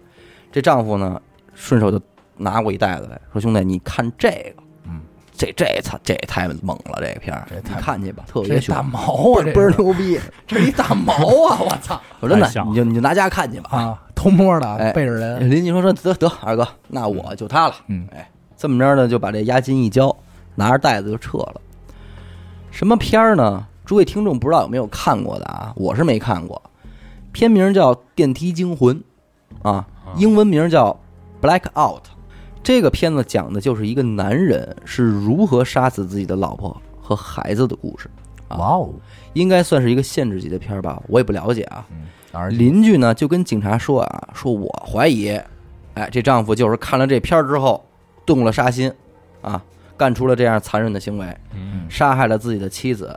Speaker 1: 这丈夫呢，顺手就拿过一袋子来说：“兄弟，你看这个，
Speaker 2: 嗯，
Speaker 1: 这这操，这也太猛了，这个片儿，
Speaker 2: 这
Speaker 1: 你
Speaker 2: 太
Speaker 1: 看去吧，特别
Speaker 2: 这
Speaker 1: 凶
Speaker 2: 大，毛啊，
Speaker 1: 倍儿
Speaker 2: 这
Speaker 1: 倍儿
Speaker 2: 是
Speaker 1: 牛逼。
Speaker 2: 这是一大毛啊，我操
Speaker 1: 我真的
Speaker 3: 太，像了
Speaker 1: 你就你就拿家看去吧。
Speaker 2: 啊，偷摸的
Speaker 1: 哎
Speaker 2: 啊背着人，
Speaker 1: 邻居说说得得，二哥，那我就他了。哎
Speaker 2: 嗯，
Speaker 1: 这么着呢，就把这押金一交，拿着袋子就撤了。什么片儿呢？诸位听众不知道有没有看过的啊？我是没看过，片名叫《电梯惊魂》，啊，英文名叫《Black Out》。这个片子讲的就是一个男人是如何杀死自己的老婆和孩子的故事，
Speaker 2: 哇哦，
Speaker 1: 应该算是一个限制级的片儿吧，我也不了解啊。
Speaker 2: 而
Speaker 1: 邻居呢就跟警察说啊，说我怀疑，哎，这丈夫就是看了这片儿之后动了杀心，啊，干出了这样残忍的行为，
Speaker 3: 嗯
Speaker 1: 杀害了自己的妻子。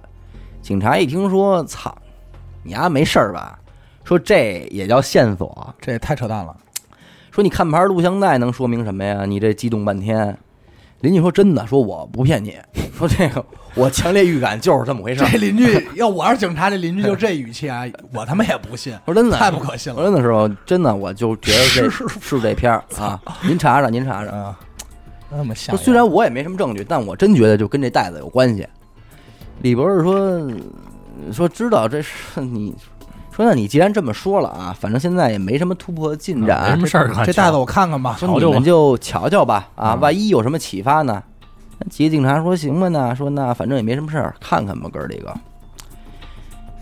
Speaker 1: 警察一听说，操，你丫、没事儿吧？说这也叫线索？
Speaker 2: 这也太扯淡了，
Speaker 1: 说你看盘录像带能说明什么呀？你这激动半天。邻居说真的，说我不骗你，说这个我强烈预感就是这么回事儿。
Speaker 2: 这 邻居要我是警察，这邻居就这语气啊，我他妈也不信，
Speaker 1: 说真的，
Speaker 2: 太不可信
Speaker 1: 我
Speaker 2: 了
Speaker 1: 真的是我真的我就觉得这
Speaker 2: 是
Speaker 1: 是这片儿啊，您查查，您查查。
Speaker 2: 啊！那么吓
Speaker 1: 说
Speaker 2: 人，
Speaker 1: 虽然我也没什么证据，但我真觉得就跟这袋子有关系。李博士说说知道这是你，说那你既然这么说了啊，反正现在也没什么突破进展，
Speaker 3: 啊没什么事儿干，
Speaker 2: 这袋子我看看吧，嗯
Speaker 1: 说你们就瞧瞧吧啊，万一有什么启发呢？那几个警察说行吧那说那反正也没什么事儿，看看吧，哥儿几个。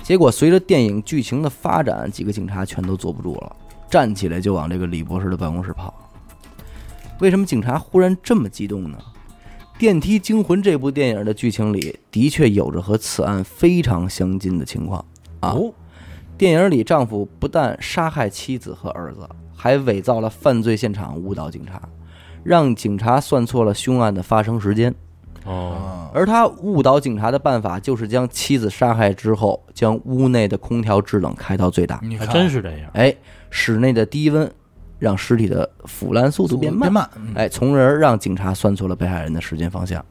Speaker 1: 结果随着电影剧情的发展，几个警察全都坐不住了，站起来就往这个李博士的办公室跑。为什么警察忽然这么激动呢？《电梯惊魂》这部电影的剧情里的确有着和此案非常相近的情况啊。
Speaker 2: 哦，
Speaker 1: 电影里，丈夫不但杀害妻子和儿子，还伪造了犯罪现场，误导警察，让警察算错了凶案的发生时间。
Speaker 3: 哦，
Speaker 1: 而他误导警察的办法就是将妻子杀害之后，将屋内的空调制冷开到最大，
Speaker 2: 你
Speaker 3: 还
Speaker 2: 看
Speaker 3: 真是这样。
Speaker 1: 哎，室内的低温让尸体的腐烂速度变慢
Speaker 2: 变，慢，嗯
Speaker 1: 哎，从而让警察算错了被害人的时间方向。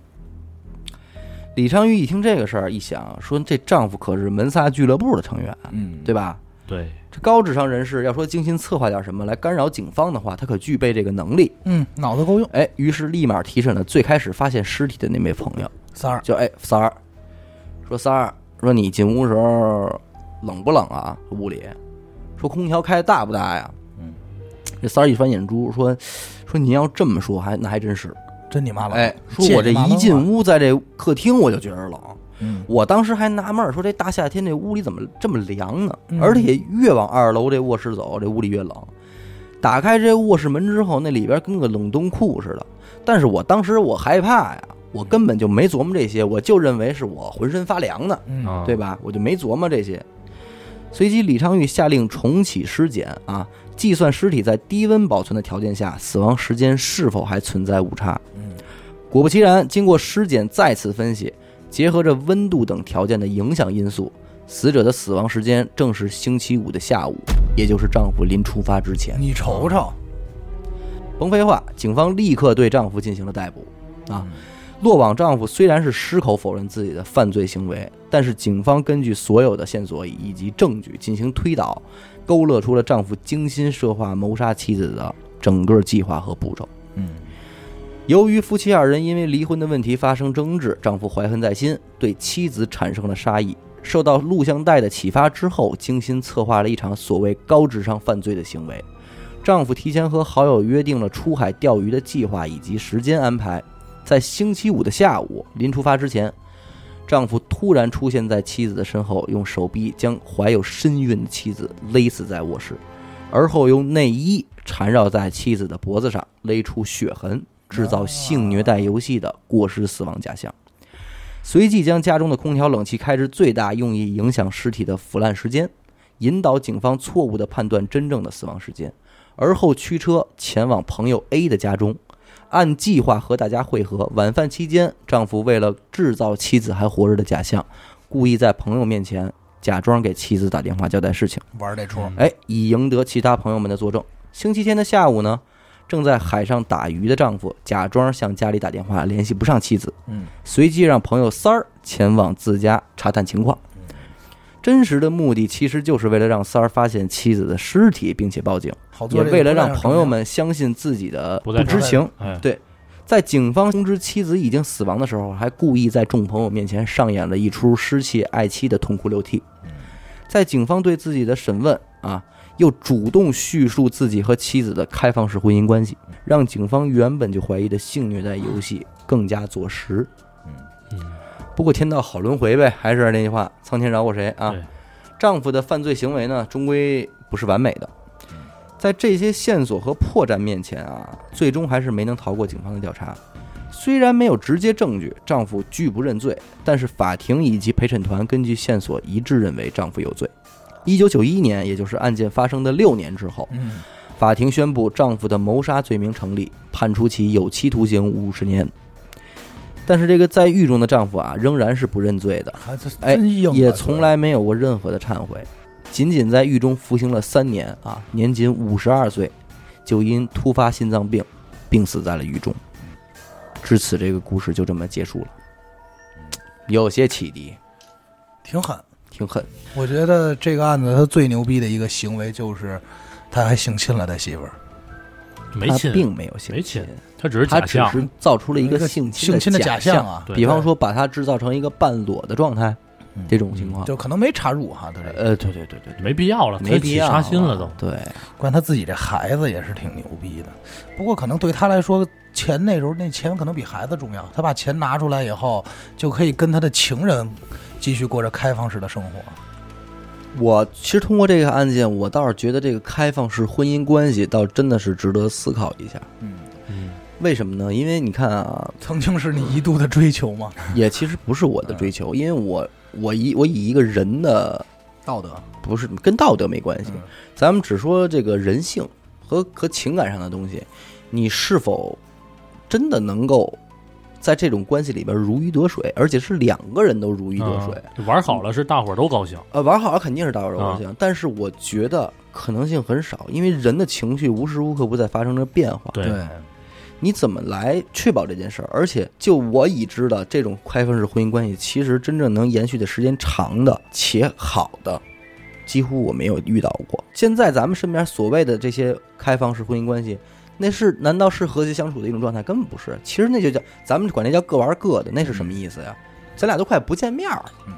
Speaker 1: 李昌钰一听这个事儿，一想说这丈夫可是门萨俱乐部的成员，啊
Speaker 2: 嗯，
Speaker 1: 对吧？
Speaker 3: 对，
Speaker 1: 这高智商人士要说精心策划点什么来干扰警方的话，他可具备这个能力。
Speaker 2: 嗯，脑子够用，
Speaker 1: 哎，于是立马提审了最开始发现尸体的那位朋友，
Speaker 2: 三儿，
Speaker 1: 叫哎三儿，说三儿，说你进屋时候冷不冷啊？屋里，说空调开的大不大呀？
Speaker 2: 嗯，
Speaker 1: 这三儿一翻眼珠，说说您要这么说，还那还真是。
Speaker 2: 真你妈冷，
Speaker 1: 哎，说我这一进屋，在这客厅我就觉着冷，
Speaker 2: 嗯，
Speaker 1: 我当时还纳闷儿，说这大夏天这屋里怎么这么凉呢？
Speaker 2: 嗯
Speaker 1: 而且越往二楼这卧室走，这屋里越冷。打开这卧室门之后，那里边跟个冷冻库似的。但是我当时我害怕呀，我根本就没琢磨这些，我就认为是我浑身发凉呢，
Speaker 2: 嗯，
Speaker 3: 啊，
Speaker 1: 对吧？我就没琢磨这些。随即，李昌钰下令重启尸检啊，计算尸体在低温保存的条件下，死亡时间是否还存在误差。
Speaker 2: 嗯，
Speaker 1: 果不其然，经过尸检再次分析，结合着温度等条件的影响因素，死者的死亡时间正是星期五的下午，也就是丈夫临出发之前。
Speaker 2: 你瞅瞅，
Speaker 1: 甭废话，警方立刻对丈夫进行了逮捕。啊
Speaker 2: 嗯，
Speaker 1: 落网丈夫虽然是矢口否认自己的犯罪行为，但是警方根据所有的线索以及证据进行推导，勾勒出了丈夫精心策划谋杀妻子的整个计划和步骤。
Speaker 2: 嗯，
Speaker 1: 由于夫妻二人因为离婚的问题发生争执，丈夫怀恨在心，对妻子产生了杀意。受到录像带的启发之后，精心策划了一场所谓高智商犯罪的行为。丈夫提前和好友约定了出海钓鱼的计划以及时间安排，在星期五的下午，临出发之前，丈夫突然出现在妻子的身后，用手臂将怀有身孕的妻子勒死在卧室，而后用内衣缠绕在妻子的脖子上，勒出血痕，制造性虐待游戏的过失死亡假象。随即将家中的空调冷气开至最大，用以影响尸体的腐烂时间，引导警方错误地判断真正的死亡时间，而后驱车前往朋友 A 的家中，按计划和大家会合。晚饭期间，丈夫为了制造妻子还活着的假象，故意在朋友面前假装给妻子打电话交代事情。
Speaker 2: 嗯玩这出，
Speaker 1: 哎，以赢得其他朋友们的作证。星期天的下午呢，正在海上打鱼的丈夫假装向家里打电话，联系不上妻子，
Speaker 2: 嗯，
Speaker 1: 随即让朋友三儿前往自家查探情况。
Speaker 2: 嗯
Speaker 1: 真实的目的其实就是为了让三儿发现妻子的尸体，并且报警，
Speaker 2: 好
Speaker 1: 也
Speaker 2: 做这个
Speaker 1: 为了
Speaker 2: 不太
Speaker 1: 让朋
Speaker 2: 正
Speaker 1: 友
Speaker 2: 常，
Speaker 1: 们相信自己的
Speaker 3: 不
Speaker 1: 不
Speaker 3: 在
Speaker 1: 知情。
Speaker 3: 哎，
Speaker 1: 在警方通知妻子已经死亡的时候，还故意在众朋友面前上演了一出失去爱妻的痛哭流涕。在警方对自己的审问啊，又主动叙述自己和妻子的开放式婚姻关系，让警方原本就怀疑的性虐待游戏更加坐实。
Speaker 3: 嗯，
Speaker 1: 不过天道好轮回呗，还是那句话，苍天饶过谁啊
Speaker 3: 对？
Speaker 1: 丈夫的犯罪行为呢，终归不是完美的，在这些线索和破绽面前啊，最终还是没能逃过警方的调查。虽然没有直接证据，丈夫拒不认罪，但是法庭以及陪审团根据线索一致认为丈夫有罪。一九九一年，也就是案件发生的六年之后，
Speaker 2: 嗯，
Speaker 1: 法庭宣布丈夫的谋杀罪名成立，判处其有期徒刑五十年。但是这个在狱中的丈夫啊，仍然是不认罪的，
Speaker 2: 还这
Speaker 1: 哎
Speaker 2: 真硬啊，
Speaker 1: 也从来没有过任何的忏悔，仅仅在狱中服刑了三年啊，年仅五十二岁，就因突发心脏病病死在了狱中。至此，这个故事就这么结束了。有些启迪，
Speaker 2: 挺狠。
Speaker 1: 挺狠。
Speaker 2: 我觉得这个案子他最牛逼的一个行为就是，他还性侵了他媳妇儿，
Speaker 3: 没
Speaker 1: 他
Speaker 3: 亲，
Speaker 1: 并没有性
Speaker 3: 没
Speaker 1: 侵
Speaker 3: 亲，他只是
Speaker 1: 他
Speaker 3: 假
Speaker 1: 只
Speaker 3: 象，
Speaker 1: 是造出了一个
Speaker 2: 性
Speaker 1: 性
Speaker 2: 侵的
Speaker 1: 假
Speaker 2: 假象。啊，
Speaker 3: 对
Speaker 1: 比方说，把他制造成一个半裸的状态，
Speaker 2: 嗯
Speaker 1: 这种情况。
Speaker 2: 就可能没插入哈，他这个
Speaker 1: 呃，对对对对对，
Speaker 3: 没必要了，
Speaker 1: 没必要
Speaker 3: 他起杀心了都。
Speaker 1: 对，
Speaker 2: 关他自己这孩子也是挺牛逼的，不过可能对他来说，钱那时候那钱可能比孩子重要。他把钱拿出来以后，就可以跟他的情人继续过着开放式的生活。
Speaker 1: 我其实通过这个案件，我倒是觉得这个开放式婚姻关系倒真的是值得思考一下。
Speaker 2: 嗯，
Speaker 3: 嗯，
Speaker 1: 为什么呢？因为你看 啊，
Speaker 2: 曾经是你一度的追求吗？
Speaker 1: 也其实不是我的追求，因为我我以我以一个人的
Speaker 2: 道德，
Speaker 1: 不是跟道德没关系
Speaker 2: 嗯，
Speaker 1: 咱们只说这个人性和和情感上的东西，你是否真的能够在这种关系里边如鱼得水，而且是两个人都如鱼得水？
Speaker 3: 嗯玩好了是大伙儿都高兴。
Speaker 1: 呃，玩好了肯定是大有人高兴，但是我觉得可能性很少，因为人的情绪无时无刻不在发生着变化。
Speaker 3: 对，
Speaker 2: 对，
Speaker 1: 你怎么来确保这件事儿？而且就我已知的，这种开放式婚姻关系，其实真正能延续的时间长的且好的，几乎我没有遇到过。现在咱们身边所谓的这些开放式婚姻关系，那是难道是和谐相处的一种状态？根本不是。其实那就叫咱们管那叫各玩各的，那是什么意思呀？咱俩都快不见面儿
Speaker 2: 嗯，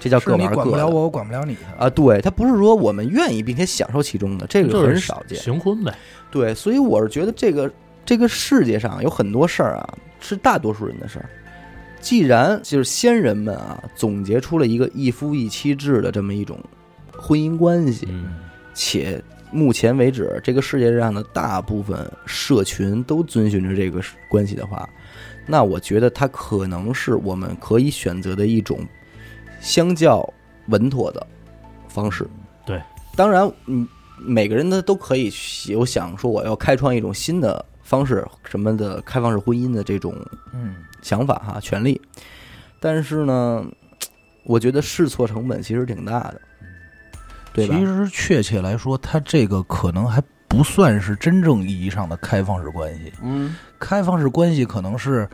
Speaker 1: 这叫各
Speaker 2: 是你
Speaker 1: 玩
Speaker 2: 管
Speaker 1: 各
Speaker 2: 不了
Speaker 1: 的。
Speaker 2: 我，我管不了你
Speaker 1: 啊，对，他不是说我们愿意并且享受其中的，这个
Speaker 3: 就是
Speaker 1: 很少见。
Speaker 3: 行婚呗，
Speaker 1: 对，所以我是觉得这个这个世界上有很多事儿啊，是大多数人的事儿。既然就是先人们啊总结出了一个一夫一妻制的这么一种婚姻关系，
Speaker 3: 嗯，
Speaker 1: 且目前为止这个世界上的大部分社群都遵循着这个关系的话，那我觉得它可能是我们可以选择的一种相较稳妥的方式。
Speaker 3: 对，
Speaker 1: 当然，嗯，每个人的都可以有想说我要开创一种新的方式什么的开放式婚姻的这种
Speaker 2: 嗯，
Speaker 1: 想法哈，权利。但是呢，我觉得试错成本其实挺大的，对吧？
Speaker 2: 其实确切来说，他这个可能还不算是真正意义上的开放式关系。
Speaker 1: 嗯，
Speaker 2: 开放式关系可能是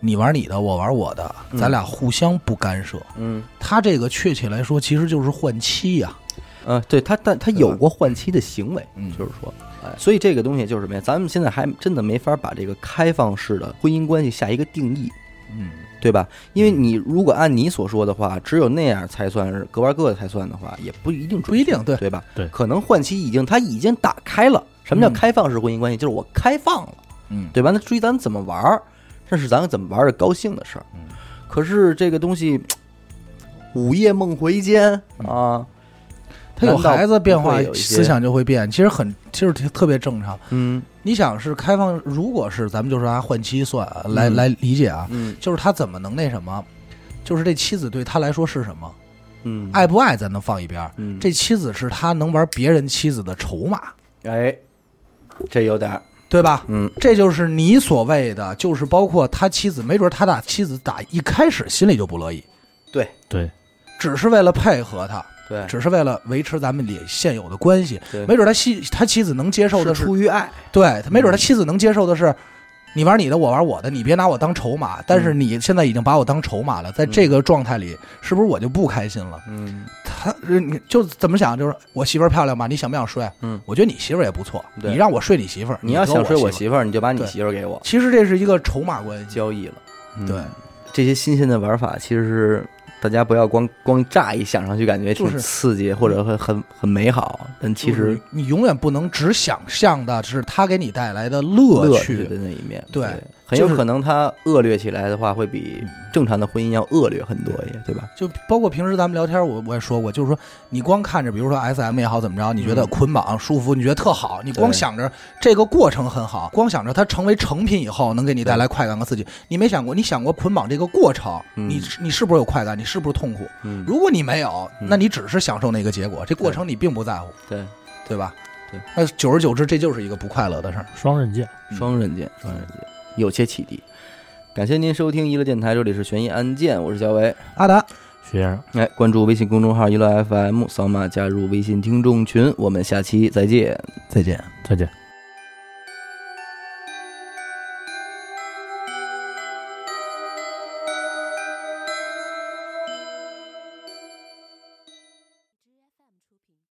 Speaker 2: 你玩你的，我玩我的，
Speaker 1: 嗯
Speaker 2: 咱俩互相不干涉。
Speaker 1: 嗯，
Speaker 2: 他这个确切来说，其实就是换妻呀、
Speaker 1: 呃，对他，但他
Speaker 2: 对吧
Speaker 1: 有过换妻的行为，
Speaker 2: 嗯
Speaker 1: 就是说，哎，所以这个东西就是什么呀？咱们现在还真的没法把这个开放式的婚姻关系下一个定义，
Speaker 2: 嗯，
Speaker 1: 对吧？因为你如果按你所说的话，只有那样才算是各玩各的才算的话，也不一定准确
Speaker 2: 不一定对
Speaker 1: 对吧？
Speaker 3: 对
Speaker 1: 可能换妻已经他已经打开了。什么叫
Speaker 2: 嗯
Speaker 1: 开放式婚姻关系？就是我开放了。
Speaker 2: 嗯，
Speaker 1: 对吧？那至于咱怎么玩儿，这是咱怎么玩儿的高兴的事儿
Speaker 2: 嗯。
Speaker 1: 可是这个东西，午夜梦回间啊，
Speaker 2: 他有
Speaker 1: 难道
Speaker 2: 孩子变化
Speaker 1: 不会有，一些
Speaker 2: 思想就会变，其实很，其实挺特别正常。
Speaker 1: 嗯
Speaker 2: 你想是开放，如果是咱们就是按换妻算啊来、
Speaker 1: 嗯
Speaker 2: 来理解啊，
Speaker 1: 嗯
Speaker 2: 就是他怎么能那什么？就是这妻子对他来说是什么？
Speaker 1: 嗯，
Speaker 2: 爱不爱咱能放一边儿，
Speaker 1: 嗯
Speaker 2: 这妻子是他能玩别人妻子的筹码，
Speaker 1: 哎，这有点儿
Speaker 2: 对吧？
Speaker 1: 嗯
Speaker 2: 这就是你所谓的，就是包括他妻子，没准他打妻子打一开始心里就不乐意，
Speaker 1: 对
Speaker 3: 对，
Speaker 2: 只是为了配合他，
Speaker 1: 对
Speaker 2: 只是为了维持咱们里现有的关系。
Speaker 1: 对，嗯
Speaker 2: 没准他妻他妻子能接受的
Speaker 1: 是
Speaker 2: 是，
Speaker 1: 出于爱，
Speaker 2: 对他没准他妻子能接受的是，你玩你的，我玩我的，你别拿我当筹码。但
Speaker 1: 嗯
Speaker 2: 是你现在已经把我当筹码了，在这个状态里，是不是我就不开心了？
Speaker 1: 嗯
Speaker 2: 他呃你就怎么想？就是我媳妇儿漂亮吧？你想不想睡？
Speaker 1: 嗯，
Speaker 2: 我觉得你媳妇儿也不错，
Speaker 1: 对
Speaker 2: 你让我睡你媳妇儿，
Speaker 1: 你要想睡
Speaker 2: 我
Speaker 1: 我
Speaker 2: 妇
Speaker 1: 媳妇儿，你就把你
Speaker 2: 对
Speaker 1: 媳妇儿给我
Speaker 2: 儿，其实这是一个筹码关系。
Speaker 1: 交易了，嗯
Speaker 2: 对，
Speaker 1: 这些新鲜的玩法其实是。大家不要光光乍一想上去感觉挺
Speaker 2: 就是
Speaker 1: 刺激或者很很很美好，但其实
Speaker 2: 你你永远不能只想象的是他给你带来的乐
Speaker 1: 乐
Speaker 2: 趣。
Speaker 1: 的那一面。
Speaker 2: 对，
Speaker 1: 很
Speaker 2: 就
Speaker 1: 有
Speaker 2: 是嗯
Speaker 1: 可能他恶劣起来的话，会比正常的婚姻要恶劣很多一些，对吧？
Speaker 2: 就包括平时咱们聊天，我我也说过，就是说你光看着，比如说 S M 也好怎么着，你觉得
Speaker 1: 嗯
Speaker 2: 捆绑舒服，你觉得特好，你光
Speaker 1: 对
Speaker 2: 想着这个过程很好，光想着它成为成品以后能给你带来快感和刺激，你没想过，你想过捆绑这个过程，
Speaker 1: 嗯
Speaker 2: 你你是不是有快感，你是不是痛苦？
Speaker 1: 嗯，
Speaker 2: 如果你没有，
Speaker 1: 嗯
Speaker 2: 那你只是享受那个结果，这过程你并不在乎，
Speaker 1: 对，
Speaker 2: 对吧？
Speaker 1: 对，
Speaker 2: 那久而久之，这就是一个不快乐的事儿。
Speaker 3: 双刃剑。
Speaker 2: 嗯
Speaker 1: 双刃剑，双刃剑，有些启迪。感谢您收听娱乐电台，这里是悬疑案件，我是小伟。
Speaker 2: 阿达，
Speaker 3: 学生，
Speaker 1: 来关注微信公众号“娱乐 FM”，扫码加入微信听众群，我们下期再见。
Speaker 2: 再见。
Speaker 3: 再见。